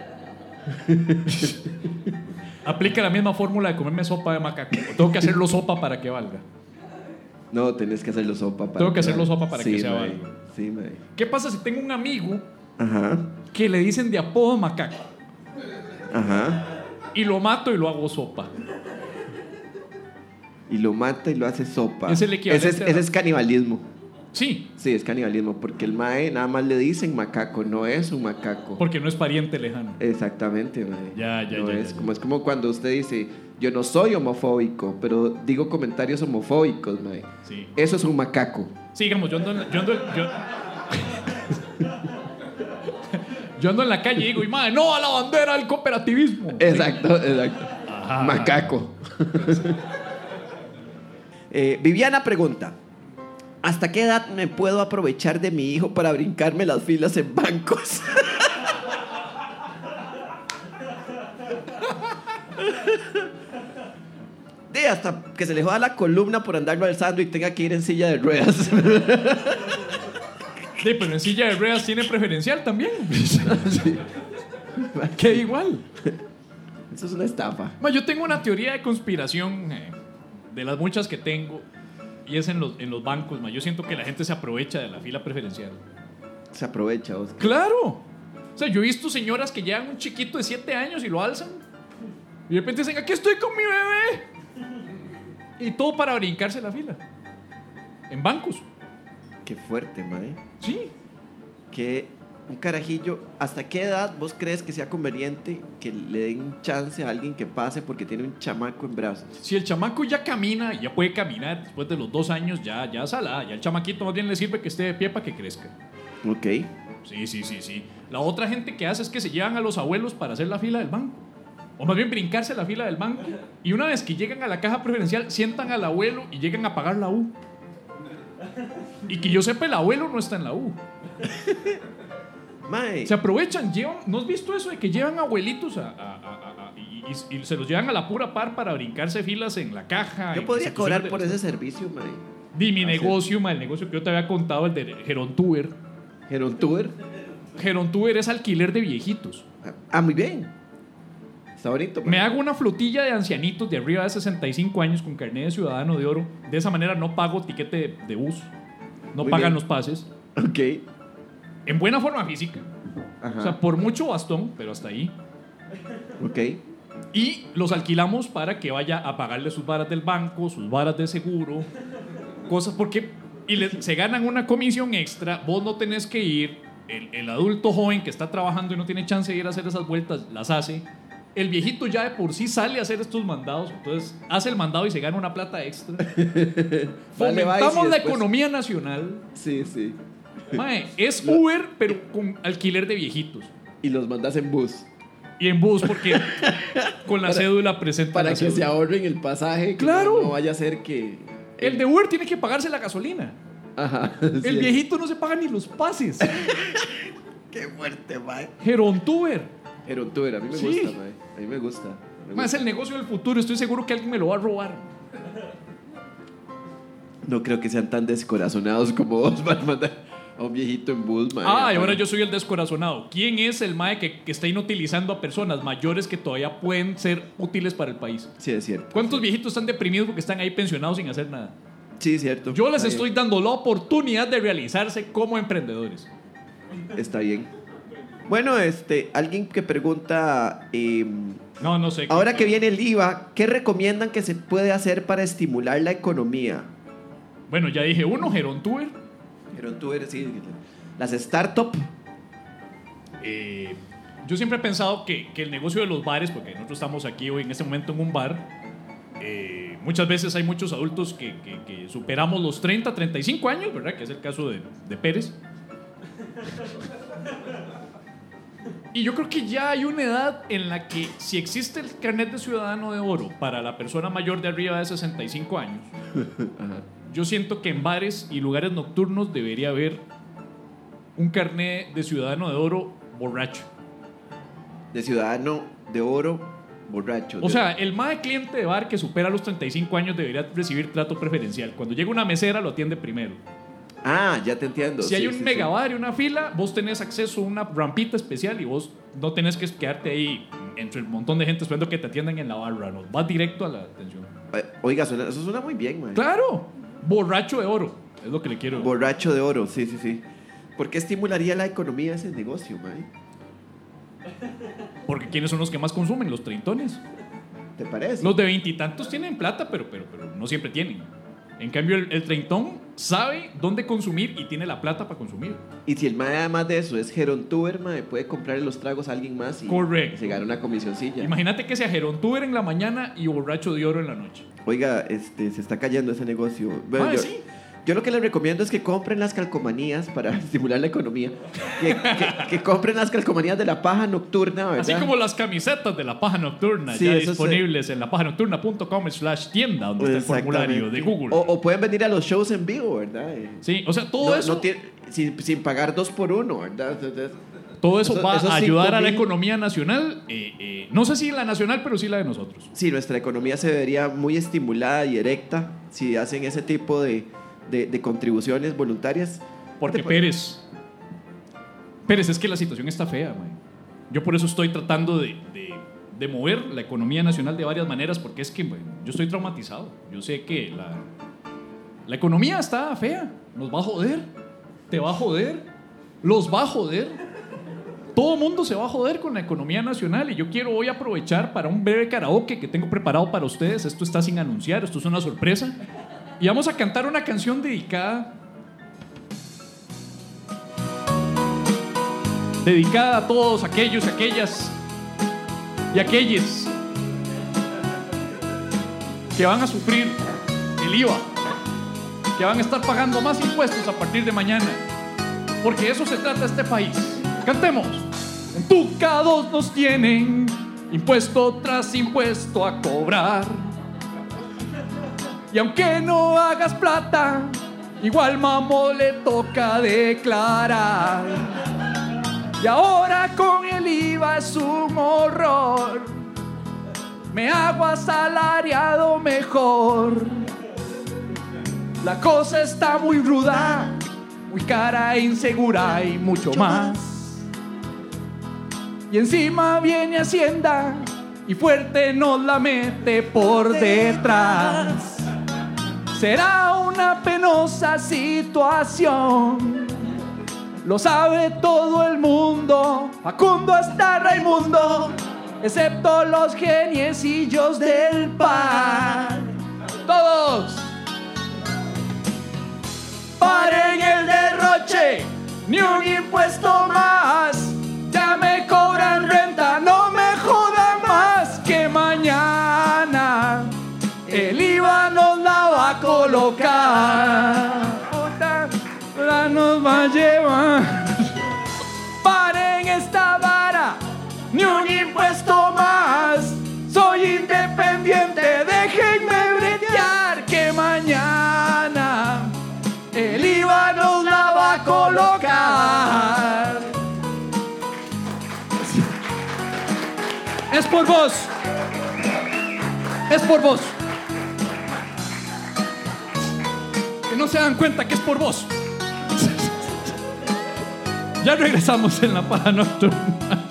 S1: Aplica la misma fórmula de comerme sopa de macaco. O Tengo que hacerlo sopa para que valga.
S2: No, tenés que hacerlo sopa para
S1: Tengo que
S2: hacer
S1: hacerlo sopa para que sea
S2: mae.
S1: válido.
S2: Sí, mae.
S1: ¿Qué pasa si tengo un amigo
S2: Ajá,
S1: que le dicen de apodo macaco
S2: ajá.
S1: y lo mato y lo hago sopa?
S2: Y lo mata y lo hace sopa.
S1: Es el equivalente
S2: Ese es,
S1: a la-
S2: ese es canibalismo.
S1: Sí,
S2: Sí, es canibalismo. Porque el mae nada más le dicen macaco, no es un macaco.
S1: porque no es pariente lejano.
S2: Exactamente, mae.
S1: Ya, ya,
S2: No
S1: ya,
S2: es,
S1: ya,
S2: Como, es como cuando usted dice, yo no soy homofóbico, pero digo comentarios homofóbicos, mae.
S1: Sí.
S2: Eso es un macaco.
S1: Sí, digamos, yo ando en la, yo ando, yo- Yo ando en la calle y digo, y madre, no a la bandera del cooperativismo.
S2: Eh. Exacto, exacto.
S1: Ajá.
S2: Macaco. Eh, Viviana pregunta: ¿Hasta qué edad me puedo aprovechar de mi hijo para brincarme las filas en bancos? De hasta que se le joda la columna por andarlo alzando y tenga que ir en silla de ruedas.
S1: Sí, pero en silla de ruedas tiene preferencial también. Que igual.
S2: Eso es una estafa.
S1: Ma, yo tengo una teoría de conspiración eh, de las muchas que tengo y es en los, en los bancos. ma. Yo siento que la gente se aprovecha de la fila preferencial.
S2: Se aprovecha, Oscar.
S1: Claro. O sea, yo he visto señoras que llevan un chiquito de 7 años y lo alzan. Y de repente dicen, aquí estoy con mi bebé. Y todo para brincarse la fila. En bancos.
S2: Qué fuerte, mae.
S1: Sí.
S2: Que un carajillo, ¿hasta qué edad vos crees que sea conveniente que le den chance a alguien que pase porque tiene un chamaco en brazos?
S1: Si el chamaco ya camina, ya puede caminar después de los dos años, ya, ya salada. Ya el chamaquito más bien le sirve que esté de pie para que crezca.
S2: Ok.
S1: Sí, sí, sí, sí. La otra gente que hace es que se llevan a los abuelos para hacer la fila del banco. O más bien brincarse la fila del banco. Y una vez que llegan a la caja preferencial, sientan al abuelo y llegan a pagar la U. Y que yo sepa, el abuelo no está en la U.
S2: Mae.
S1: Se aprovechan, llevan, ¿no has visto eso de que llevan abuelitos a, a- a- a- a- y, y- y se los llevan a la pura par para brincarse filas en la caja?
S2: Yo
S1: en
S2: podría
S1: instituciones
S2: cobrar
S1: de-
S2: por Ah, ese servicio, mae.
S1: Di mi negocio, ma, el negocio que yo te había contado, el de Gerontuber.
S2: Gerontuber.
S1: Gerontuber es alquiler de viejitos.
S2: Ah, muy bien. Está bonito. mae.
S1: Me hago una flotilla de ancianitos de arriba de 65 años con carnet de ciudadano de oro. De esa manera no pago tiquete de, de bus, no
S2: Muy
S1: pagan
S2: bien.
S1: los pases.
S2: Ok.
S1: En buena forma física.
S2: Ajá.
S1: O sea, por mucho bastón, pero hasta ahí.
S2: ok.
S1: Y los alquilamos para que vaya a pagarle sus varas del banco, sus varas de seguro, cosas porque... Y le- se ganan una comisión extra, vos no tenés que ir, el, el adulto joven que está trabajando y no tiene chance de ir a hacer esas vueltas, las hace. El viejito ya de por sí sale a hacer estos mandados, entonces hace el mandado y se gana una plata extra.
S2: Vale, va, y si
S1: Fomentamos la
S2: después-
S1: economía nacional.
S2: Sí, sí.
S1: Mae, es Uber, pero con alquiler de viejitos.
S3: Y los mandas en bus.
S1: Y en bus, porque con la cédula presenta
S3: Para
S1: la
S3: que se
S1: cédula.
S3: ahorren el pasaje. que
S1: Claro.
S3: No, no vaya a ser que.
S1: El de Uber tiene que pagarse la gasolina.
S3: Ajá.
S1: El
S3: sí.
S1: viejito no se paga ni los pases.
S2: Qué fuerte, mae.
S1: Gerontuber.
S3: Pero tú, a mí me
S1: Sí.
S3: gusta, mae. A mí me gusta. Me
S1: Ma, Es
S3: gusta.
S1: el negocio del futuro. Estoy seguro que alguien me lo va a robar.
S3: No creo que sean tan descorazonados como vos para mandar a un viejito en bus, mae.
S1: Ah, y ahora yo soy el descorazonado. ¿Quién es el mae que, que está inutilizando a personas mayores que todavía pueden ser útiles para el país?
S3: Sí, es cierto.
S1: ¿Cuántos viejitos están deprimidos porque están ahí pensionados sin hacer nada?
S3: Sí, es cierto.
S1: Yo les
S3: Está
S1: estoy dando la oportunidad de realizarse como emprendedores.
S3: bien. Está bien.
S2: Bueno, este, alguien que pregunta, eh,
S1: No, no sé.
S2: ahora que viene el IVA, ¿qué recomiendan que se puede hacer para estimular la economía?
S1: Bueno, ya dije uno, Gerontuber.
S2: Pero tú eres, sí, las startups.
S1: Eh, yo siempre he pensado que, que el negocio de los bares, porque nosotros estamos aquí hoy en este momento en un bar, eh, muchas veces hay muchos adultos que, que- que superamos los 30, 35 años, ¿verdad? Que es el caso de, de Pérez. Y yo creo que ya hay una edad en la que si existe el carnet de ciudadano de oro para la persona mayor de arriba de 65 años, yo siento que en bares y lugares nocturnos debería haber un carnet de ciudadano de oro borracho.
S2: de ciudadano de oro borracho.
S1: O
S2: De-
S1: sea, el más cliente de bar que supera los 35 años debería recibir trato preferencial. Cuando llega una mesera, lo atiende primero.
S2: ah, ya te entiendo.
S1: Si
S2: sí,
S1: hay un
S2: sí, sí.
S1: megabar y una fila, vos tenés acceso a una rampita especial y vos no tenés que quedarte ahí entre el montón de gente esperando que te atiendan en la barra. No, vas directo a la atención.
S2: Eh, Oiga, suena- eso suena muy bien, man.
S1: ¡Claro! Borracho de oro. Es lo que le quiero.
S2: Borracho de oro, sí, sí, sí. ¿Por qué estimularía la economía ese negocio, man?
S1: Porque ¿quiénes son los que más consumen? Los treintones.
S2: ¿Te parece?
S1: Los de veintitantos tienen plata, pero, pero, pero no siempre tienen. En cambio, el, el treintón sabe dónde consumir y tiene la plata para consumir.
S2: Y si el mae además de eso es gerontuber, mae, puede comprarle los tragos a alguien más y
S1: Correcto.
S2: se gana una comisioncilla.
S1: Imagínate que sea gerontuber en la mañana y borracho de oro en la noche.
S2: Oiga, este, se está cayendo ese negocio. Bueno,
S1: Ah,
S2: yo,
S1: sí.
S2: yo lo que les recomiendo es que compren las calcomanías para estimular la economía. Que, que- que compren las calcomanías de la paja nocturna, ¿verdad?
S1: Así como las camisetas de la paja nocturna,
S2: Sí,
S1: ya
S2: eso sí.
S1: disponibles en lapajanocturna.com slash tienda, donde está el formulario de
S2: Exactamente.
S1: Google.
S2: O, o pueden venir a los shows en vivo, ¿verdad? Eh,
S1: sí, o sea, todo
S2: no-
S1: eso,
S2: no tiene- sin, sin pagar dos por uno, ¿verdad? Entonces,
S1: todo eso
S2: eso-
S1: va
S2: esos
S1: a ayudar a la
S2: 5.000.
S1: economía nacional. eh, eh, no sé si la nacional, pero sí la de nosotros.
S2: sí, nuestra economía se vería muy estimulada y erecta si hacen ese tipo de, de- de contribuciones voluntarias.
S1: Porque
S2: Te puede-
S1: Pérez. Pérez, es que la situación está fea, man. Yo por eso estoy tratando de, de- de mover la economía nacional de varias maneras, porque es que man, yo estoy traumatizado. Yo sé que la, la economía está fea. Nos va a joder. Te va a joder. Los va a joder. Todo mundo se va a joder con la economía nacional y yo quiero hoy aprovechar para un breve karaoke que tengo preparado para ustedes. Esto está sin anunciar, esto es una sorpresa. Y vamos a cantar una canción dedicada dedicada a todos aquellos, aquellas y aquellos que van a sufrir el IVA, que van a estar pagando más impuestos a partir de mañana, porque de eso se trata este país. Cantemos. En tu K2 nos tienen impuesto tras impuesto a cobrar. Y aunque no hagas plata, igual mamo le toca declarar. Y ahora con el IVA es un horror. Me hago asalariado mejor. La cosa está muy ruda, muy cara e insegura y mucho más. Y encima viene Hacienda y fuerte nos la mete por detrás. Será una penosa situación. Lo sabe todo el mundo. Facundo hasta Raimundo, excepto los geniecillos del pan. Todos. Paren el derroche, ni un impuesto más. Ya me cobran renta, no me jodan más que mañana. El IVA nos la va a colocar. Otra La nos va a llevar. Paren esta vara, ni un impuesto más. Soy independiente, déjenme bretear que mañana el IVA nos la va a colocar. Es por vos. Es por vos. Que no se dan cuenta que es por vos. Ya regresamos en la para nocturna.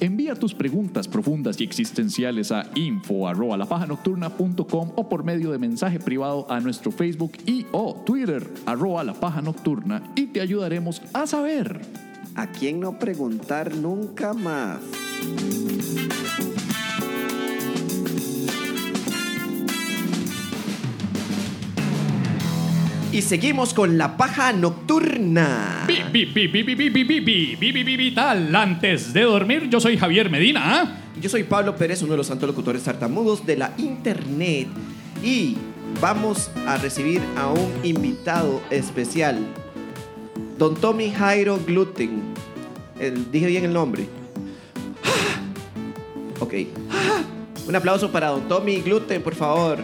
S1: Envía tus preguntas profundas y existenciales a info@lapajanocturna.com o por medio de mensaje privado a nuestro Facebook y o Twitter arroba la paja nocturna y te ayudaremos a saber.
S2: ¿A quién no preguntar nunca más? Y seguimos con la paja nocturna.
S1: Pi, pi, pi, pi, pi, pi, pi, pi, pi, pi, pi, pi, pi, tal. Antes de dormir, yo soy Javier Medina. ¿ah?
S2: Yo soy Pablo Pérez, uno de los santos locutores tartamudos de la internet. Y vamos a recibir a un invitado especial. Don Tommy Jairo Gluten. El- dije bien el nombre. Ah, Ok. Ah, Un aplauso para Don Tommy Gluten, por favor.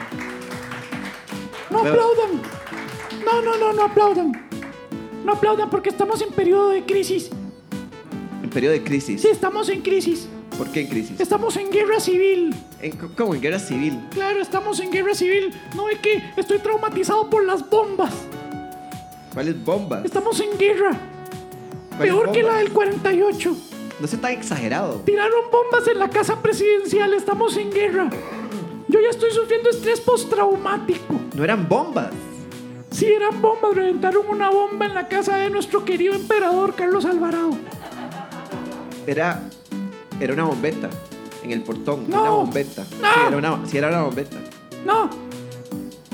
S1: No
S2: Pero-
S1: aplaudan. No, no, no, no aplaudan. No aplaudan porque estamos en periodo de crisis.
S2: En periodo de crisis.
S1: Sí, estamos en crisis.
S2: ¿Por qué en crisis?
S1: Estamos en guerra civil.
S2: En- ¿Cómo? En guerra civil.
S1: Claro, estamos en guerra civil. No es que estoy traumatizado por las bombas.
S2: ¿Cuáles bombas?
S1: Estamos en guerra.
S2: ¿Cuáles
S1: Peor que la
S2: bombas?
S1: del 48.
S2: No sea tan exagerado.
S1: Tiraron bombas en la casa presidencial. Estamos en guerra. Yo ya estoy sufriendo estrés postraumático.
S2: No eran bombas.
S1: Si eran bombas, reventaron una bomba en la casa de nuestro querido emperador Carlos Alvarado.
S2: Era, era una bombeta en el portón.
S1: No.
S2: Una bombeta. Sí,
S1: No.
S2: era una, sí, era una bombeta.
S1: No,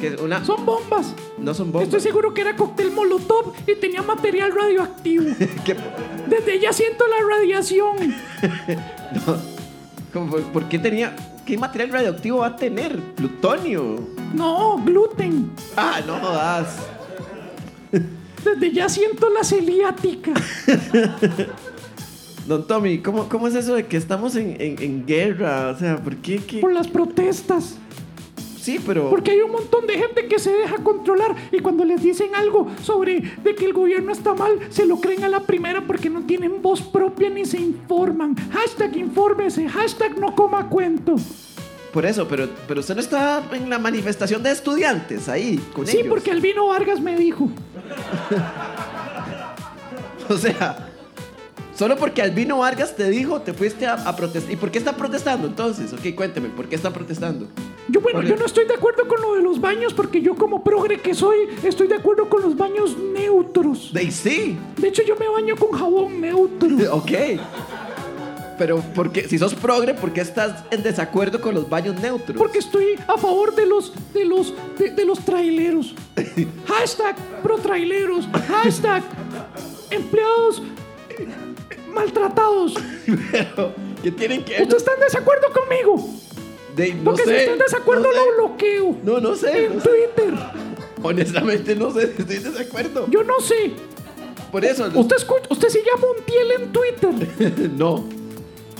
S2: Que una,
S1: son bombas.
S2: no son bombas.
S1: Estoy seguro que era cóctel molotov y tenía material radioactivo.
S2: ¿Qué-
S1: Desde ya siento la radiación.
S2: no. ¿Cómo por, por qué tenía.? ¿Qué material radioactivo va a tener? Plutonio.
S1: No, gluten.
S2: Ah, no jodas.
S1: Desde ya siento la celiática.
S2: Don Tommy, ¿cómo, cómo es eso de que estamos en, en- en guerra? O sea, ¿por qué? qué?
S1: Por las protestas.
S2: Sí, pero.
S1: Porque hay un montón de gente que se deja controlar y cuando les dicen algo sobre de que el gobierno está mal, se lo creen a la primera porque no tienen voz propia ni se informan. Hashtag infórmese, hashtag no coma cuento.
S2: Por eso, pero, pero usted no está en la manifestación de estudiantes ahí con
S1: Sí,
S2: ellos.
S1: porque Albino Vargas me dijo.
S2: O sea, solo porque Albino Vargas te dijo, te fuiste a, a protestar. ¿Y por qué está protestando entonces? Ok, cuénteme, ¿por qué está protestando?
S8: Yo, bueno, yo no estoy de acuerdo con lo de los baños porque yo como progre que soy, estoy de acuerdo con los baños neutros.
S2: De sí.
S8: De hecho, yo me baño con jabón neutro.
S2: Ok. Pero porque si sos progre, ¿por qué estás en desacuerdo con los baños neutros?
S8: Porque estoy a favor de los de los de, de los traileros. Hashtag pro traileros. Hashtag empleados eh, eh, maltratados.
S2: Pero, ¿qué tienen que
S8: Ustedes están en desacuerdo conmigo.
S2: De- Eh, no
S8: Porque si
S2: sé,
S8: están en desacuerdo
S2: no sé.
S8: lo bloqueo.
S2: No, no sé,
S8: En
S2: no sé.
S8: Twitter.
S2: Honestamente no sé, estoy en desacuerdo.
S8: Yo no sé.
S2: Por eso
S8: Usted escucha, usted sigue a Montiel en Twitter.
S2: no.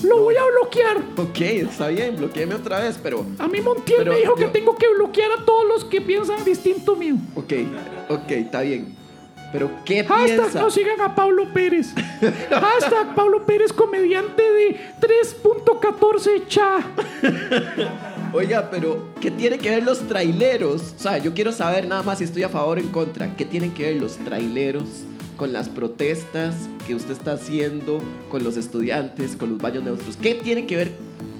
S8: Lo voy a bloquear.
S2: Ok, está bien, bloqueame otra vez, pero
S8: A mí Montiel
S2: Pero
S8: me dijo que
S2: yo-
S8: tengo que bloquear a todos los que piensan distinto mío.
S2: ok, ok, está bien. Pero ¿qué
S8: Hashtag
S2: piensa?
S8: no sigan a Pablo Pérez. Hashtag Pablo Pérez, comediante de 3.14 cha.
S2: Oiga, pero ¿qué tiene que ver los traileros? O sea, yo quiero saber nada más si estoy a favor o en contra. ¿Qué tienen que ver los traileros con las protestas que usted está haciendo, con los estudiantes, con los baños neutros? ¿Qué tiene que ver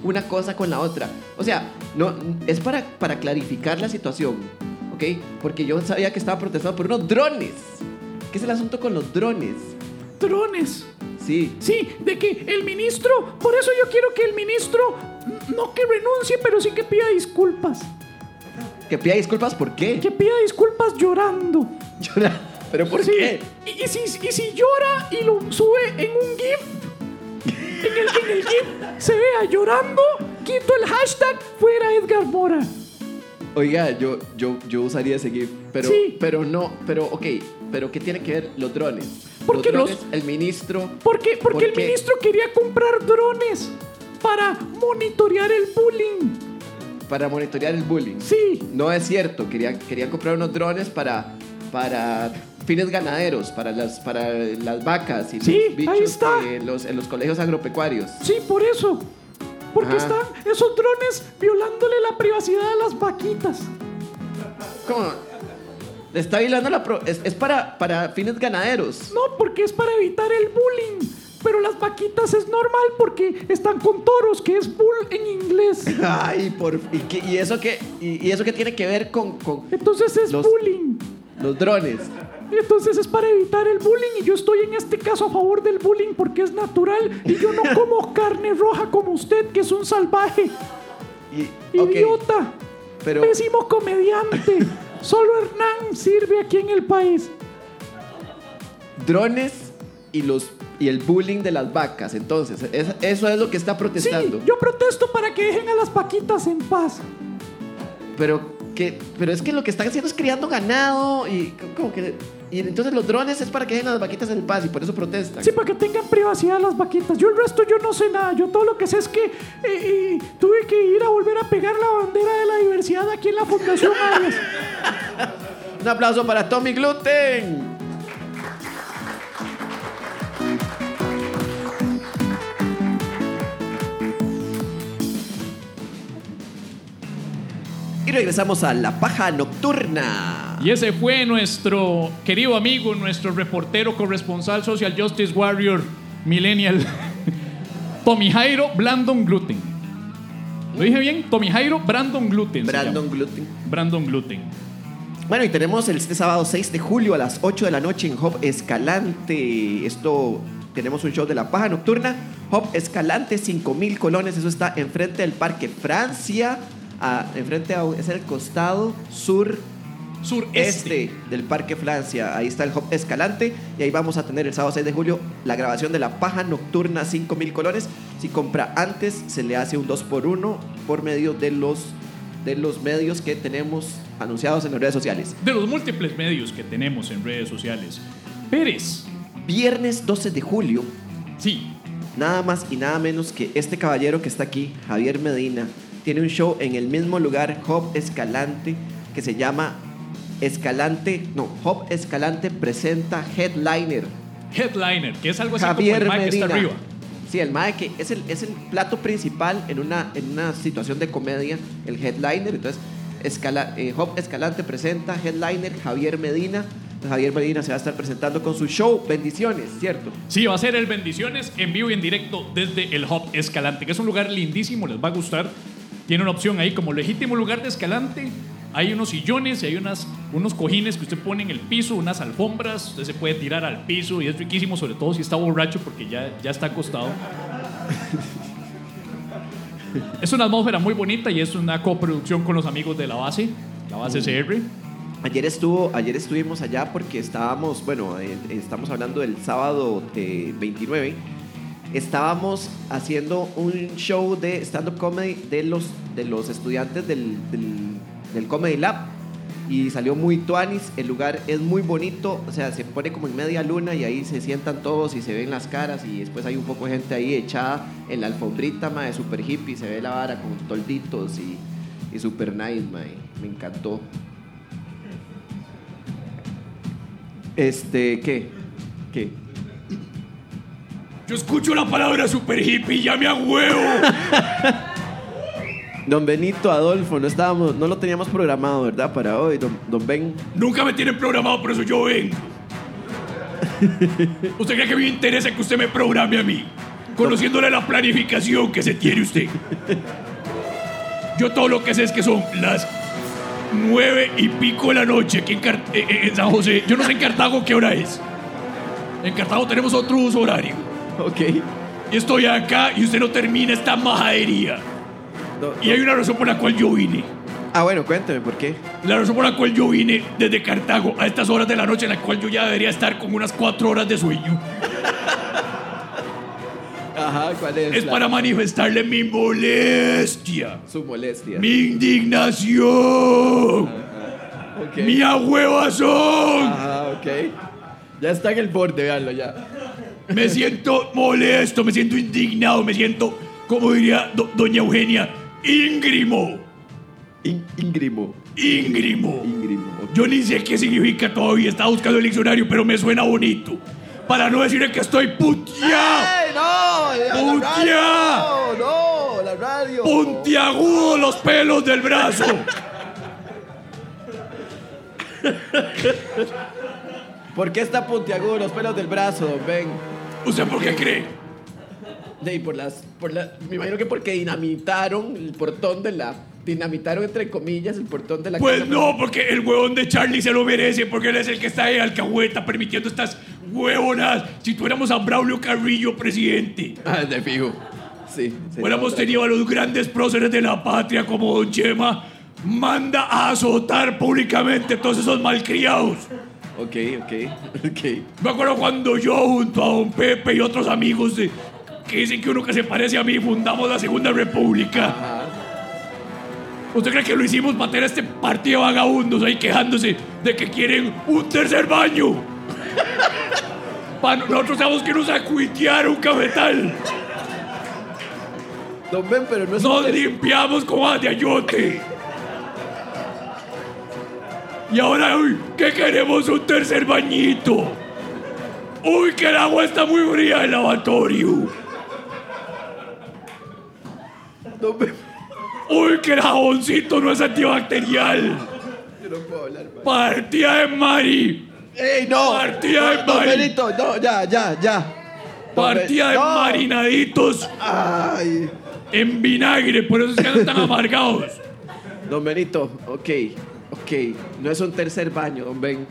S2: una cosa con la otra? O sea, no, es para, para clarificar la situación, ¿ok? Porque yo sabía que estaba protestando por unos drones. ¿Qué es el asunto con los drones?
S8: Trones.
S2: Sí.
S8: Sí, de que el ministro, por eso yo quiero que el ministro no que renuncie, pero sí que pida disculpas.
S2: Que pida disculpas, ¿por qué?
S8: Que pida disculpas llorando.
S2: ¿Pero por
S8: Sí.
S2: qué?
S8: Y, y si, y si llora y lo sube en un GIF, en el, en el GIF se vea llorando, quito el hashtag fuera Edgar Mora.
S2: Oiga, yo, yo, yo usaría ese GIF, pero,
S8: Sí.
S2: pero no, pero ok, pero ¿qué tiene que ver los drones?
S8: Porque
S2: los
S8: los-
S2: drones, el ministro.
S8: ¿Por qué? Porque
S2: ¿Por
S8: el
S2: qué?
S8: ministro quería comprar drones para monitorear el bullying.
S2: Para monitorear el bullying.
S8: Sí,
S2: No es cierto, querían, querían comprar unos drones para, para fines ganaderos, para las, para las vacas y
S8: Sí,
S2: los
S8: ahí
S2: bichos
S8: está.
S2: que los, en los colegios agropecuarios.
S8: sí, por eso. Porque
S2: Ajá.
S8: están esos drones violándole la privacidad a las vaquitas.
S2: ¿Cómo? Le está violando la. pro- es es para, para fines ganaderos.
S8: No, porque es para evitar el bullying. Pero las vaquitas es normal porque están con toros, que es bull en inglés.
S2: Ay, por. ¿Y, qué- y eso qué, y, y eso qué tiene que ver con- con
S8: Entonces es
S2: Los-
S8: bullying.
S2: los drones?
S8: Entonces es para evitar el bullying y yo estoy en este caso a favor del bullying porque es natural y yo no como carne roja como usted que es un salvaje,
S2: Y, ok,
S8: idiota,
S2: pero,
S8: pésimo comediante. Solo Hernán sirve aquí en el país.
S2: drones y los y el bullying de las vacas. Entonces, es- eso es lo que está
S8: Sí,
S2: protestando.
S8: yo protesto para que dejen a las paquitas en paz.
S2: Pero que pero es que lo que están haciendo es criando ganado y co- como que y entonces los drones es para que dejen a las vaquitas en paz y por eso protestan.
S8: Sí, para que tengan privacidad las vaquitas. Yo el resto yo no sé nada. Yo todo lo que sé es que eh, eh, tuve que ir a volver a pegar la bandera de la diversidad aquí en la Fundación Arias.
S2: Un aplauso para Tommy Gluten.
S1: Y regresamos a La Paja Nocturna.
S8: Y ese fue nuestro querido amigo, nuestro reportero corresponsal Social Justice Warrior Millennial, Tommy Jairo Brandon Gluten. ¿Lo dije bien? Tommy Jairo Brandon Gluten. se
S2: Brandon
S8: llama.
S2: Gluten.
S8: Brandon Gluten.
S2: Bueno, y tenemos el este sábado 6 de julio a las 8 de la noche en Hop Escalante. Esto, tenemos un show de la paja nocturna. Hop Escalante, 5000 colones. Eso está enfrente del Parque Francia. a- enfrente a, es el costado sureste
S8: Sureste.
S2: del Parque Francia. Ahí está el Hop Escalante. Y ahí vamos a tener el sábado 6 de julio la grabación de la paja nocturna, 5000 colones. Si compra antes, se le hace un 2x1 por medio de los, de los medios que tenemos anunciados en las redes sociales.
S8: De los múltiples medios que tenemos en redes sociales. Pérez.
S2: Viernes 12 de julio,
S8: Sí.
S2: nada más y nada menos que este caballero que está aquí, Javier Medina, tiene un show en el mismo lugar, Hop Escalante, que se llama Escalante, no, Hop Escalante presenta Headliner.
S8: Headliner, que es algo así
S2: Javier
S8: Pues como el Mike que
S2: Medina.
S8: está arriba.
S2: Sí, el mae que es el, es el plato principal en una, en una situación de comedia, el headliner. Entonces, Escala, eh, Job Escalante presenta headliner Javier Medina. Javier Medina se va a estar presentando con su show Bendiciones, ¿cierto?
S8: Sí, va a ser el Bendiciones en vivo y en directo desde el Hub Escalante, que es un lugar lindísimo, les va a gustar.
S1: tiene una opción ahí como legítimo lugar de escalante. Hay unos sillones y hay unas, unos cojines que usted pone en el piso, unas alfombras, usted se puede tirar al piso y es riquísimo, sobre todo si está borracho porque ya, ya está acostado. es una atmósfera muy bonita y es una coproducción con los amigos de la base, la base CR.
S2: Ayer, estuvo, ayer estuvimos allá porque estábamos, bueno, eh, estamos hablando del sábado eh, 29. Estábamos haciendo un show de stand-up comedy de los, de los estudiantes del, del- del Comedy Lab. Y salió muy tuanis, el lugar es muy bonito, o sea, se pone como en media luna y ahí se sientan todos y se ven las caras y después hay un poco de gente ahí echada en la alfombrita, ma, de super hippie, se ve la vara con tolditos y, y super nice, ma, y me encantó. Este, ¿qué? ¿Qué?
S1: Yo escucho la palabra super hippie, ya me a huevo.
S2: Don Benito Adolfo, no estábamos, no lo teníamos programado, ¿verdad? Para hoy, don, don Ben.
S1: Nunca me tienen programado, por eso yo vengo. ¿Usted cree que me interesa que usted me programe a mí? Conociéndole la planificación que se tiene usted. Yo todo lo que sé es que son las nueve y pico de la noche aquí en, Car- eh, eh, en San José. Yo no sé en Cartago qué hora es. En Cartago tenemos otro uso horario.
S2: Ok.
S1: Y estoy acá y usted no termina esta majadería.
S2: No,
S1: Y hay una razón por la cual yo vine.
S2: Ah, bueno, cuénteme por qué.
S1: La razón por la cual yo vine desde Cartago a estas horas de la noche, en la cual yo ya debería estar con unas cuatro horas de sueño,
S2: Ajá, ¿cuál
S1: es
S2: la-
S1: para manifestarle mi molestia,
S2: su molestia?
S1: mi indignación,
S2: Ah, Ok.
S1: mi ahuevazón.
S2: Ajá, ok. Ya está en el borde, veanlo ya.
S1: Me siento molesto, me siento indignado, me siento, como diría do- doña Eugenia, íngrimo,
S2: In- íngrimo,
S1: íngrimo.
S2: íngrimo. ok.
S1: Yo ni sé qué significa todavía, estaba buscando el diccionario, pero me suena bonito. Para no decirle que estoy puteado.
S2: ¡Ey, ¡Eh, no! ¡La radio!
S1: ¡Putia!
S2: ¡No, la radio!
S1: puntiagudo los pelos del brazo.
S2: ¿Por qué está puntiagudo los pelos del brazo, don Ben?
S1: ¿Usted por qué cree?
S2: De, y por las, por la, me imagino que porque dinamitaron el portón de la... Dinamitaron, entre comillas, el portón de la
S1: Pues
S2: casa
S1: no, porque el huevón de Charlie se lo merece, porque él es el que está de alcahueta permitiendo estas huevonas. Si tuviéramos a Braulio Carrillo presidente,
S2: Ah, de fijo. Sí. sí.
S1: hubiéramos tenido a los grandes próceres de la patria como Don Chema, manda a azotar públicamente todos esos malcriados.
S2: Ok, ok, ok.
S1: Me acuerdo cuando yo, junto a Don Pepe y otros amigos de- que dicen que uno que se parece a mí, fundamos la Segunda República. ¿Usted cree que lo hicimos para tener este partido de vagabundos ahí quejándose de que quieren un tercer baño? Pa- nosotros sabemos que nos acuitear un cafetal.
S2: Don Ben, pero no es...
S1: Nos limpiamos con hojas de ayote. Y ahora, uy, que queremos un tercer bañito. Uy, que el agua está muy fría en el lavatorio.
S2: Don Ben,
S1: Uy, que el jaboncito no es antibacterial.
S2: yo no puedo hablar, man.
S1: Partida de Mari.
S2: ¡Ey, no!
S1: Partida de
S2: Don
S1: Mari.
S2: Benito, no, ya, ya, ya. Don Ben-
S1: Partida de
S2: ¡No!
S1: marinaditos
S2: Ay.
S1: en vinagre. Por eso es que andan tan amargados.
S2: Don Benito, ok, ok. No es un tercer baño, don Ben.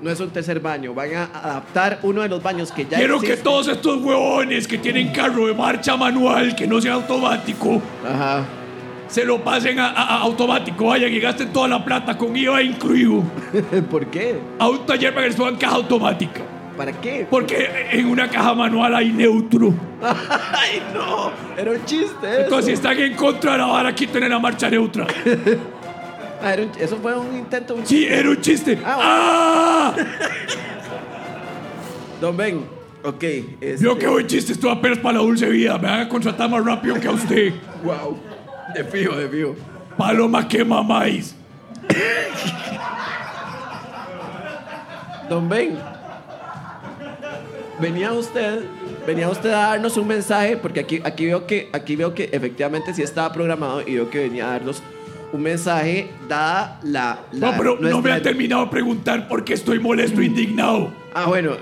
S2: No es un tercer baño. Van a adaptar uno de los baños que ya
S1: Quiero que
S2: existe.
S1: todos estos huevones que tienen carro de marcha manual, que no sea automático,
S2: Ajá.
S1: se lo pasen a, a- a automático. Vayan y gasten toda la plata con IVA incluido
S2: ¿Por qué?
S1: a un taller para que les pongan caja automática.
S2: ¿Para qué?
S1: Porque en una caja manual hay neutro.
S2: ¡Ay, no! Era un chiste eso.
S1: Entonces, si están en contra de la vara, quiten la marcha neutra.
S2: Ah, era un- eso fue un intento, un
S1: Sí, era un chiste. ¡Ah!
S2: Don Ben, ok. Este,
S1: Yo qué buen chiste, esto apenas para la dulce vida. Me van a contratar más rápido que a usted.
S2: Wow. De fijo, de fijo.
S1: Paloma, que mamáis.
S2: Don Ben, venía usted, venía usted a darnos un mensaje, porque aquí, aquí, veo que, aquí veo que efectivamente sí estaba programado y veo que venía a darnos un mensaje dada la... la-
S1: No, pero no me
S2: nuestra-
S1: han terminado de preguntar por qué estoy molesto e indignado.
S2: Ah, bueno.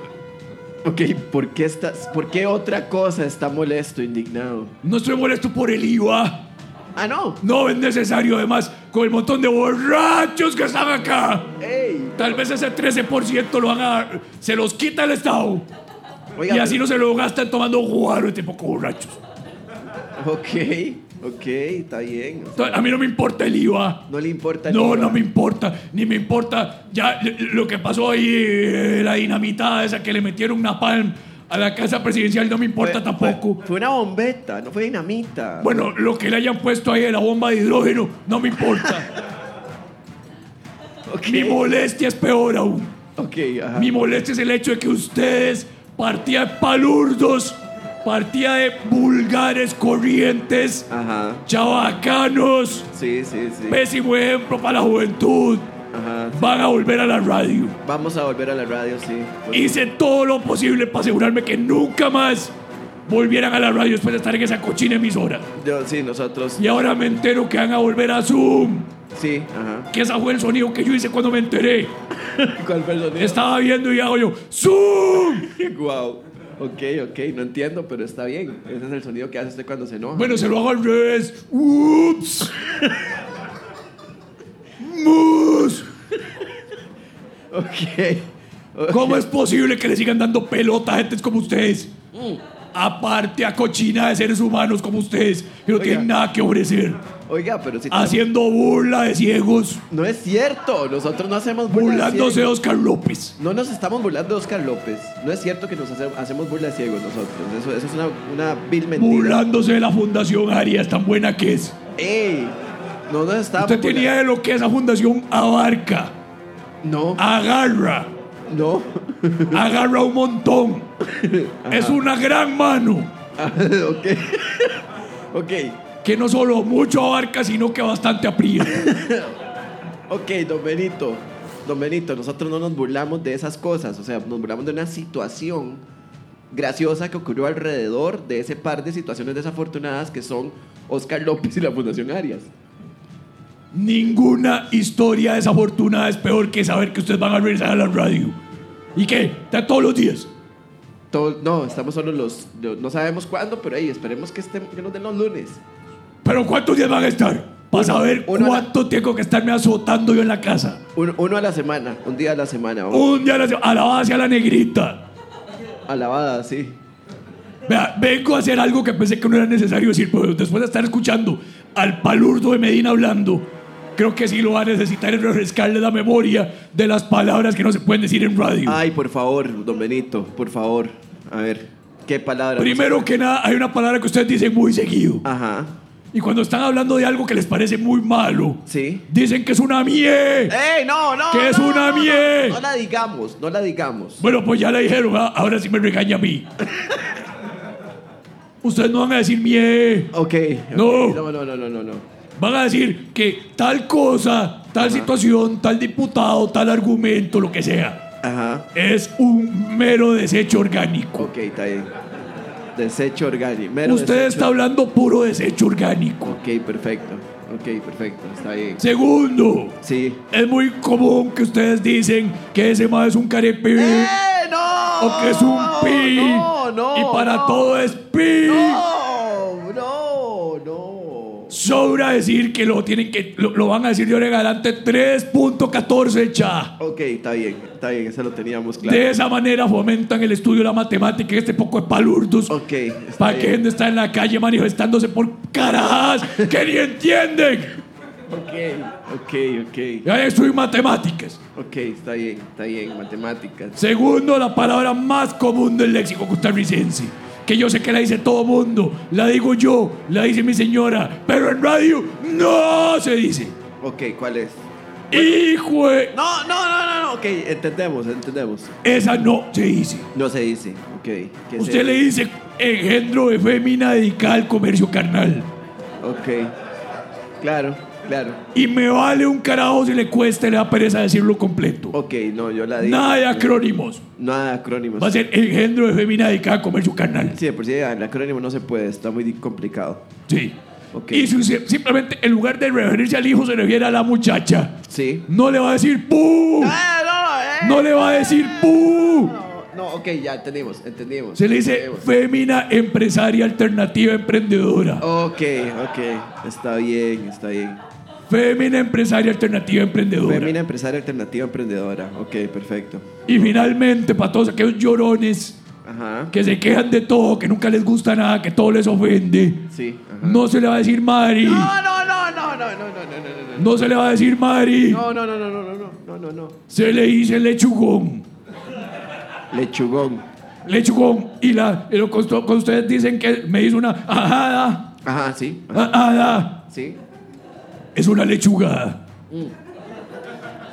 S2: Ok, ¿por qué, estás, ¿por qué otra cosa está molesto, indignado?
S1: No estoy molesto por el IVA.
S2: Ah, no.
S1: No es necesario, además, con el montón de borrachos que están acá. Tal vez ese 13% lo van a dar, se los quita el Estado.
S2: Oiga,
S1: y así
S2: pero-
S1: no se lo gastan tomando guaro y tipo borrachos.
S2: Ok, ok, está bien.
S1: Entonces, A mí no me importa el IVA.
S2: No le importa el
S1: No,
S2: IVA.
S1: no me importa, ni me importa ya l- lo que pasó ahí, eh, la dinamitada esa que le metieron una palm a la casa presidencial, no me importa
S2: Fue-
S1: tampoco.
S2: Fue, fue una bombeta, no fue dinamita.
S1: Bueno, lo que le hayan puesto ahí de la bomba de hidrógeno, no me importa.
S2: ok,
S1: Mi molestia es peor aún.
S2: ok, ajá.
S1: Mi molestia es el hecho de que ustedes, partida de palurdos, partida de vulgares corrientes,
S2: Ajá.
S1: chabacanos,
S2: Sí, sí, sí.
S1: pésimo ejemplo para la juventud,
S2: Ajá.
S1: van a volver a la radio.
S2: Vamos a volver a la radio, sí.
S1: Hice todo lo posible para asegurarme que nunca más volvieran a la radio después de estar en esa cochina emisora.
S2: Yo- sí, nosotros.
S1: Y ahora me entero que van a volver a Zoom.
S2: Sí, ajá.
S1: Que ese fue el sonido que yo hice cuando me enteré.
S2: ¿Cuál fue el sonido?
S1: Estaba viendo y hago yo, ¡Zoom!
S2: Wow. Ok, ok, no entiendo, pero está bien. Ese es el sonido que hace usted cuando se enoja.
S1: Bueno, se lo hago al revés. ¡Ups! ¡Mus!
S2: Ok.
S1: ¿Cómo es posible que le sigan dando pelota a gentes como ustedes? Aparte a cochina de seres humanos como ustedes, que no
S2: Oiga.
S1: tienen nada que ofrecer.
S2: Oiga, pero si tenemos-
S1: Haciendo burla de ciegos.
S2: No es cierto, nosotros no hacemos burla de
S1: burlándose de
S2: ciegos.
S1: Oscar López.
S2: No nos estamos burlando de Oscar López. No es cierto que nos hace- hacemos burla de ciegos nosotros. Eso, eso es una, una vil mentira.
S1: Burlándose de la Fundación Arias, tan buena que es.
S2: ¡Ey! No nos estamos
S1: Usted tiene idea
S2: burlando.
S1: de lo que esa fundación abarca.
S2: No,
S1: Agarra.
S2: no.
S1: Agarra un montón. Es una gran mano.
S2: ok. ok.
S1: Que no solo mucho abarca, sino que bastante aprieta.
S2: Ok, don Benito. Don Benito, nosotros no nos burlamos de esas cosas. O sea, nos burlamos de una situación graciosa que ocurrió alrededor de ese par de situaciones desafortunadas que son Oscar López y la Fundación Arias.
S1: Ninguna historia desafortunada es peor que saber que ustedes van a regresar a la radio. ¿Y qué? Está todos los días.
S2: Todo- no, estamos solo los, lo- No sabemos cuándo, pero ahí esperemos que, estén, que nos den los lunes.
S1: ¿Pero cuántos días van a estar? Para saber
S2: uno a la-
S1: cuánto tengo que estarme azotando yo en la casa.
S2: Uno, uno a la semana, un día a la semana. vamos.
S1: Un día a la se- alabada hacia la negrita.
S2: Alabada, sí.
S1: Vea, vengo a hacer algo que pensé que no era necesario decir, pero después de estar escuchando al palurdo de Medina hablando, creo que sí lo va a necesitar en refrescarle la memoria de las palabras que no se pueden decir en radio.
S2: Ay, por favor, don Benito, por favor. A ver, ¿qué palabra?
S1: Primero que nada, hay una palabra que ustedes dicen muy seguido.
S2: Ajá,
S1: Y cuando están hablando de algo que les parece muy malo,
S2: sí.
S1: dicen que es una mie.
S2: ¡Ey, no, no!
S1: ¡Que es
S2: no,
S1: una
S2: no, no,
S1: mie!
S2: No, la digamos, no la digamos.
S1: Bueno, pues ya le dijeron, ah, ahora sí me regaña a mí. ustedes no van a decir mie.
S2: Ok. ok,
S1: No.
S2: No, no, no, no, no. no.
S1: Van a decir que tal cosa, tal situación, tal diputado, tal argumento, lo que sea,
S2: Ajá,
S1: es un mero desecho orgánico.
S2: ok, está bien. Desecho orgánico. mero
S1: Usted está
S2: desecho.
S1: hablando puro desecho orgánico.
S2: Ok, perfecto. Ok, perfecto, está bien.
S1: Segundo,
S2: Sí.
S1: es muy común que ustedes dicen que ese más es un carepi
S2: ¡Eh, no!
S1: o que es un pi
S2: No, no.
S1: y para
S2: no.
S1: todo es pi.
S2: No, no, no.
S1: Sobra decir que lo tienen que lo, lo van a decir de ahora en adelante 3.14 cha.
S2: Ok, está bien, está bien, eso lo teníamos claro.
S1: De esa manera fomentan el estudio de la matemática y este poco de palurdos.
S2: Ok, está
S1: Para que
S2: bien.
S1: gente está en la calle manifestándose por carajas que ni entienden.
S2: Ok, ok,
S1: Ya estoy matemáticas.
S2: ok, está bien, está bien, matemáticas.
S1: Segundo, la palabra más común del léxico costarricense. Que yo sé que la dice todo mundo, la digo yo, la dice mi señora, pero en radio no se dice.
S2: Ok, ¿cuál es?
S1: Hijo, de-
S2: No, no, no, no, no, ok, entendemos, entendemos.
S1: esa no se dice.
S2: No se dice, ok. ¿qué se
S1: Usted le
S2: dice?
S1: dice engendro de fémina dedicada al comercio carnal.
S2: Ok, claro, claro.
S1: Y me vale un carajo si le cuesta y le da pereza decirlo completo.
S2: Ok, no, yo la digo.
S1: Nada de acrónimos.
S2: Nada de acrónimos.
S1: Va a ser engendro de fémina dedicada a comercio carnal.
S2: Sí, de por sí el acrónimo no se puede, está muy complicado.
S1: Sí.
S2: Ok.
S1: Y si usted simplemente en lugar de referirse al hijo se refiere a la muchacha,
S2: Sí.
S1: no le va a decir pu.
S2: ¡Eh, no, no, eh!
S1: No le va a decir pu.
S2: No, ok, ya entendimos, entendimos.
S1: Se le dice
S2: entendimos.
S1: fémina empresaria alternativa emprendedora.
S2: Ok, ok, está bien, está bien.
S1: Fémina empresaria alternativa emprendedora.
S2: Femina empresaria alternativa emprendedora. Ok, perfecto.
S1: Y finalmente, para todos aquellos llorones
S2: Ajá.
S1: que se quejan de todo, que nunca les gusta nada, que todo les ofende,
S2: Sí. ajá.
S1: no se le va a decir Mari.
S2: No, no, no, no, no, no, no, no, no, no.
S1: No se le va a decir Mari.
S2: No, no, no, no, no, no, no, no, no.
S1: Se le dice lechugón.
S2: Lechugón.
S1: Lechugón. Y la, y lo que ustedes- que ustedes dicen que me hizo una ajada.
S2: Ajá, sí.
S1: Ah,
S2: ajá,
S1: Ajada.
S2: Sí.
S1: Es una lechugada.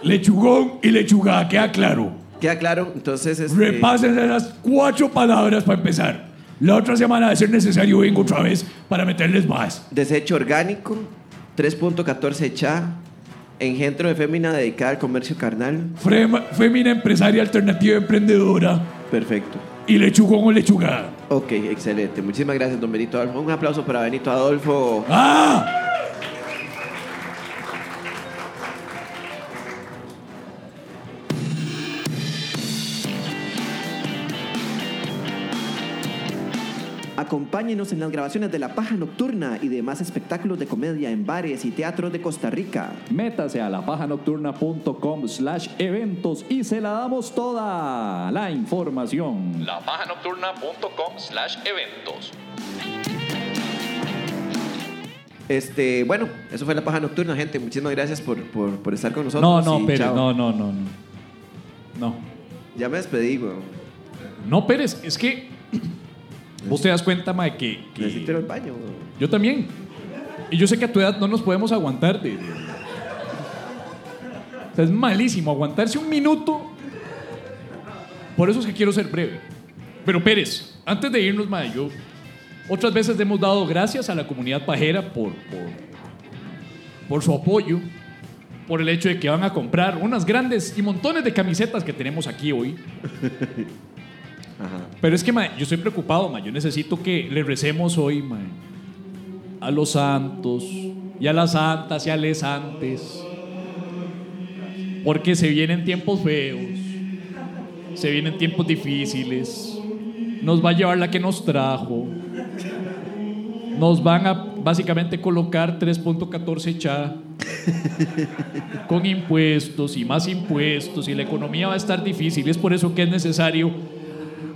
S1: Lechugón y lechugada, queda claro.
S2: Queda claro, entonces este, es.
S1: Repasen esas cuatro palabras para empezar. La otra semana, de ser necesario, vengo otra vez para meterles más.
S2: Desecho orgánico, 3.14 cha, engendro de fémina dedicada al comercio carnal.
S1: Frema- Fémina empresaria alternativa emprendedora
S2: Perfecto.
S1: y lechugón o lechugada.
S2: Ok, excelente. Muchísimas gracias, don Benito Adolfo. Un aplauso para Benito Adolfo.
S1: ¡Ah!
S2: Acompáñenos en las grabaciones de La Paja Nocturna y demás espectáculos de comedia en bares y teatros de Costa Rica.
S8: Métase a lapajanocturna.com slash eventos y se la damos toda la información.
S4: Lapajanocturna.com slash eventos.
S2: Este, bueno, eso fue La Paja Nocturna, gente. Muchísimas gracias por, por, por estar con
S1: No,
S2: nosotros.
S1: no,
S2: y
S1: Pérez,
S2: chao.
S1: no, no, no, no. No.
S2: Ya me despedí, weón.
S1: No, Pérez, es que vos te das cuenta, mae, que, que
S2: Necesito ir al baño, weón.
S1: yo también. Y yo sé que a tu edad no nos podemos aguantar. De, de- O sea, es malísimo aguantarse un minuto. Por eso es que quiero ser breve. Pero Pérez, antes de irnos, mae, yo otras veces le hemos dado gracias a la comunidad pajera por, por, por su apoyo, por el hecho de que van a comprar unas grandes y montones de camisetas que tenemos aquí hoy. Pero es que, mae, yo estoy preocupado, mae. Yo necesito que le recemos hoy, mae, a los santos y a las santas y a les antes. Porque se vienen tiempos feos, se vienen tiempos difíciles. Nos va a llevar la que nos trajo. Nos van a básicamente colocar 3.14 cha con impuestos y más impuestos y la economía va a estar difícil. Es por eso que es necesario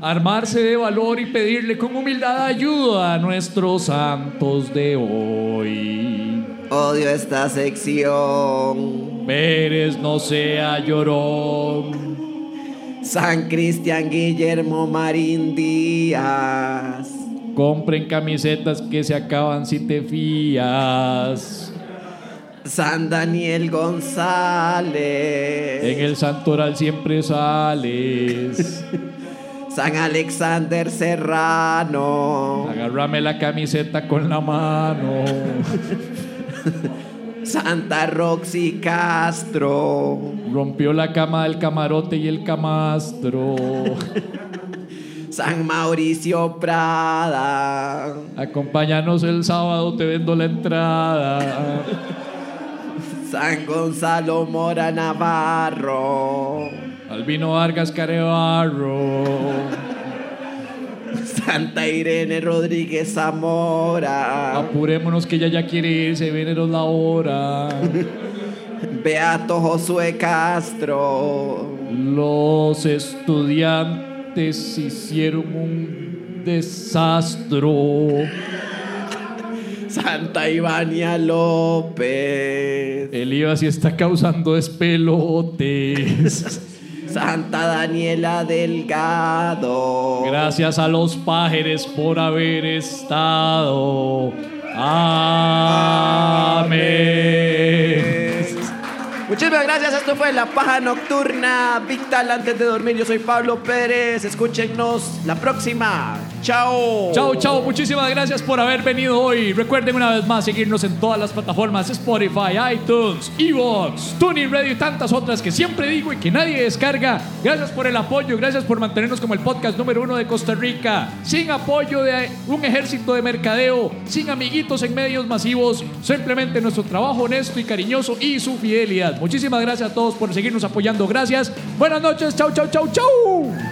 S1: armarse de valor y pedirle con humildad ayuda a nuestros santos de hoy.
S2: Odio esta sección.
S1: Pérez no sea llorón.
S2: San Cristian Guillermo Marín Díaz.
S1: Compren camisetas que se acaban si te fías.
S2: San Daniel González.
S1: En el santoral siempre sales.
S2: San Alexander Serrano.
S1: Agárrame la camiseta con la mano.
S2: Santa Roxy Castro.
S1: Rompió la cama del camarote y el camastro.
S2: San Mauricio Prada.
S1: Acompáñanos el sábado, te vendo la entrada.
S2: San Gonzalo Mora Navarro.
S1: Albino Vargas Carebarro.
S2: Santa Irene Rodríguez Zamora.
S1: Apurémonos que ella ya quiere irse, viene la hora.
S2: Beato Josué Castro.
S1: Los estudiantes hicieron un desastro.
S2: Santa Ivania López.
S1: El IVA sí está causando despelotes.
S2: Santa Daniela Delgado.
S1: Gracias a los pájaros por haber estado. Amén.
S2: Muchísimas gracias, esto fue La Paja Nocturna. Vital antes de dormir, yo soy Pablo Pérez. Escúchenos la próxima. Chao.
S1: Chao, chao. Muchísimas gracias por haber venido hoy. Recuerden una vez más seguirnos en todas las plataformas: Spotify, iTunes, Evox, Tuning Radio y tantas otras que siempre digo y que nadie descarga. Gracias por el apoyo. Gracias por mantenernos como el podcast número uno de Costa Rica. Sin apoyo de un ejército de mercadeo, sin amiguitos en medios masivos, simplemente nuestro trabajo honesto y cariñoso y su fidelidad. Muchísimas gracias a todos por seguirnos apoyando. Gracias. Buenas noches. Chao, chao, chao, chao.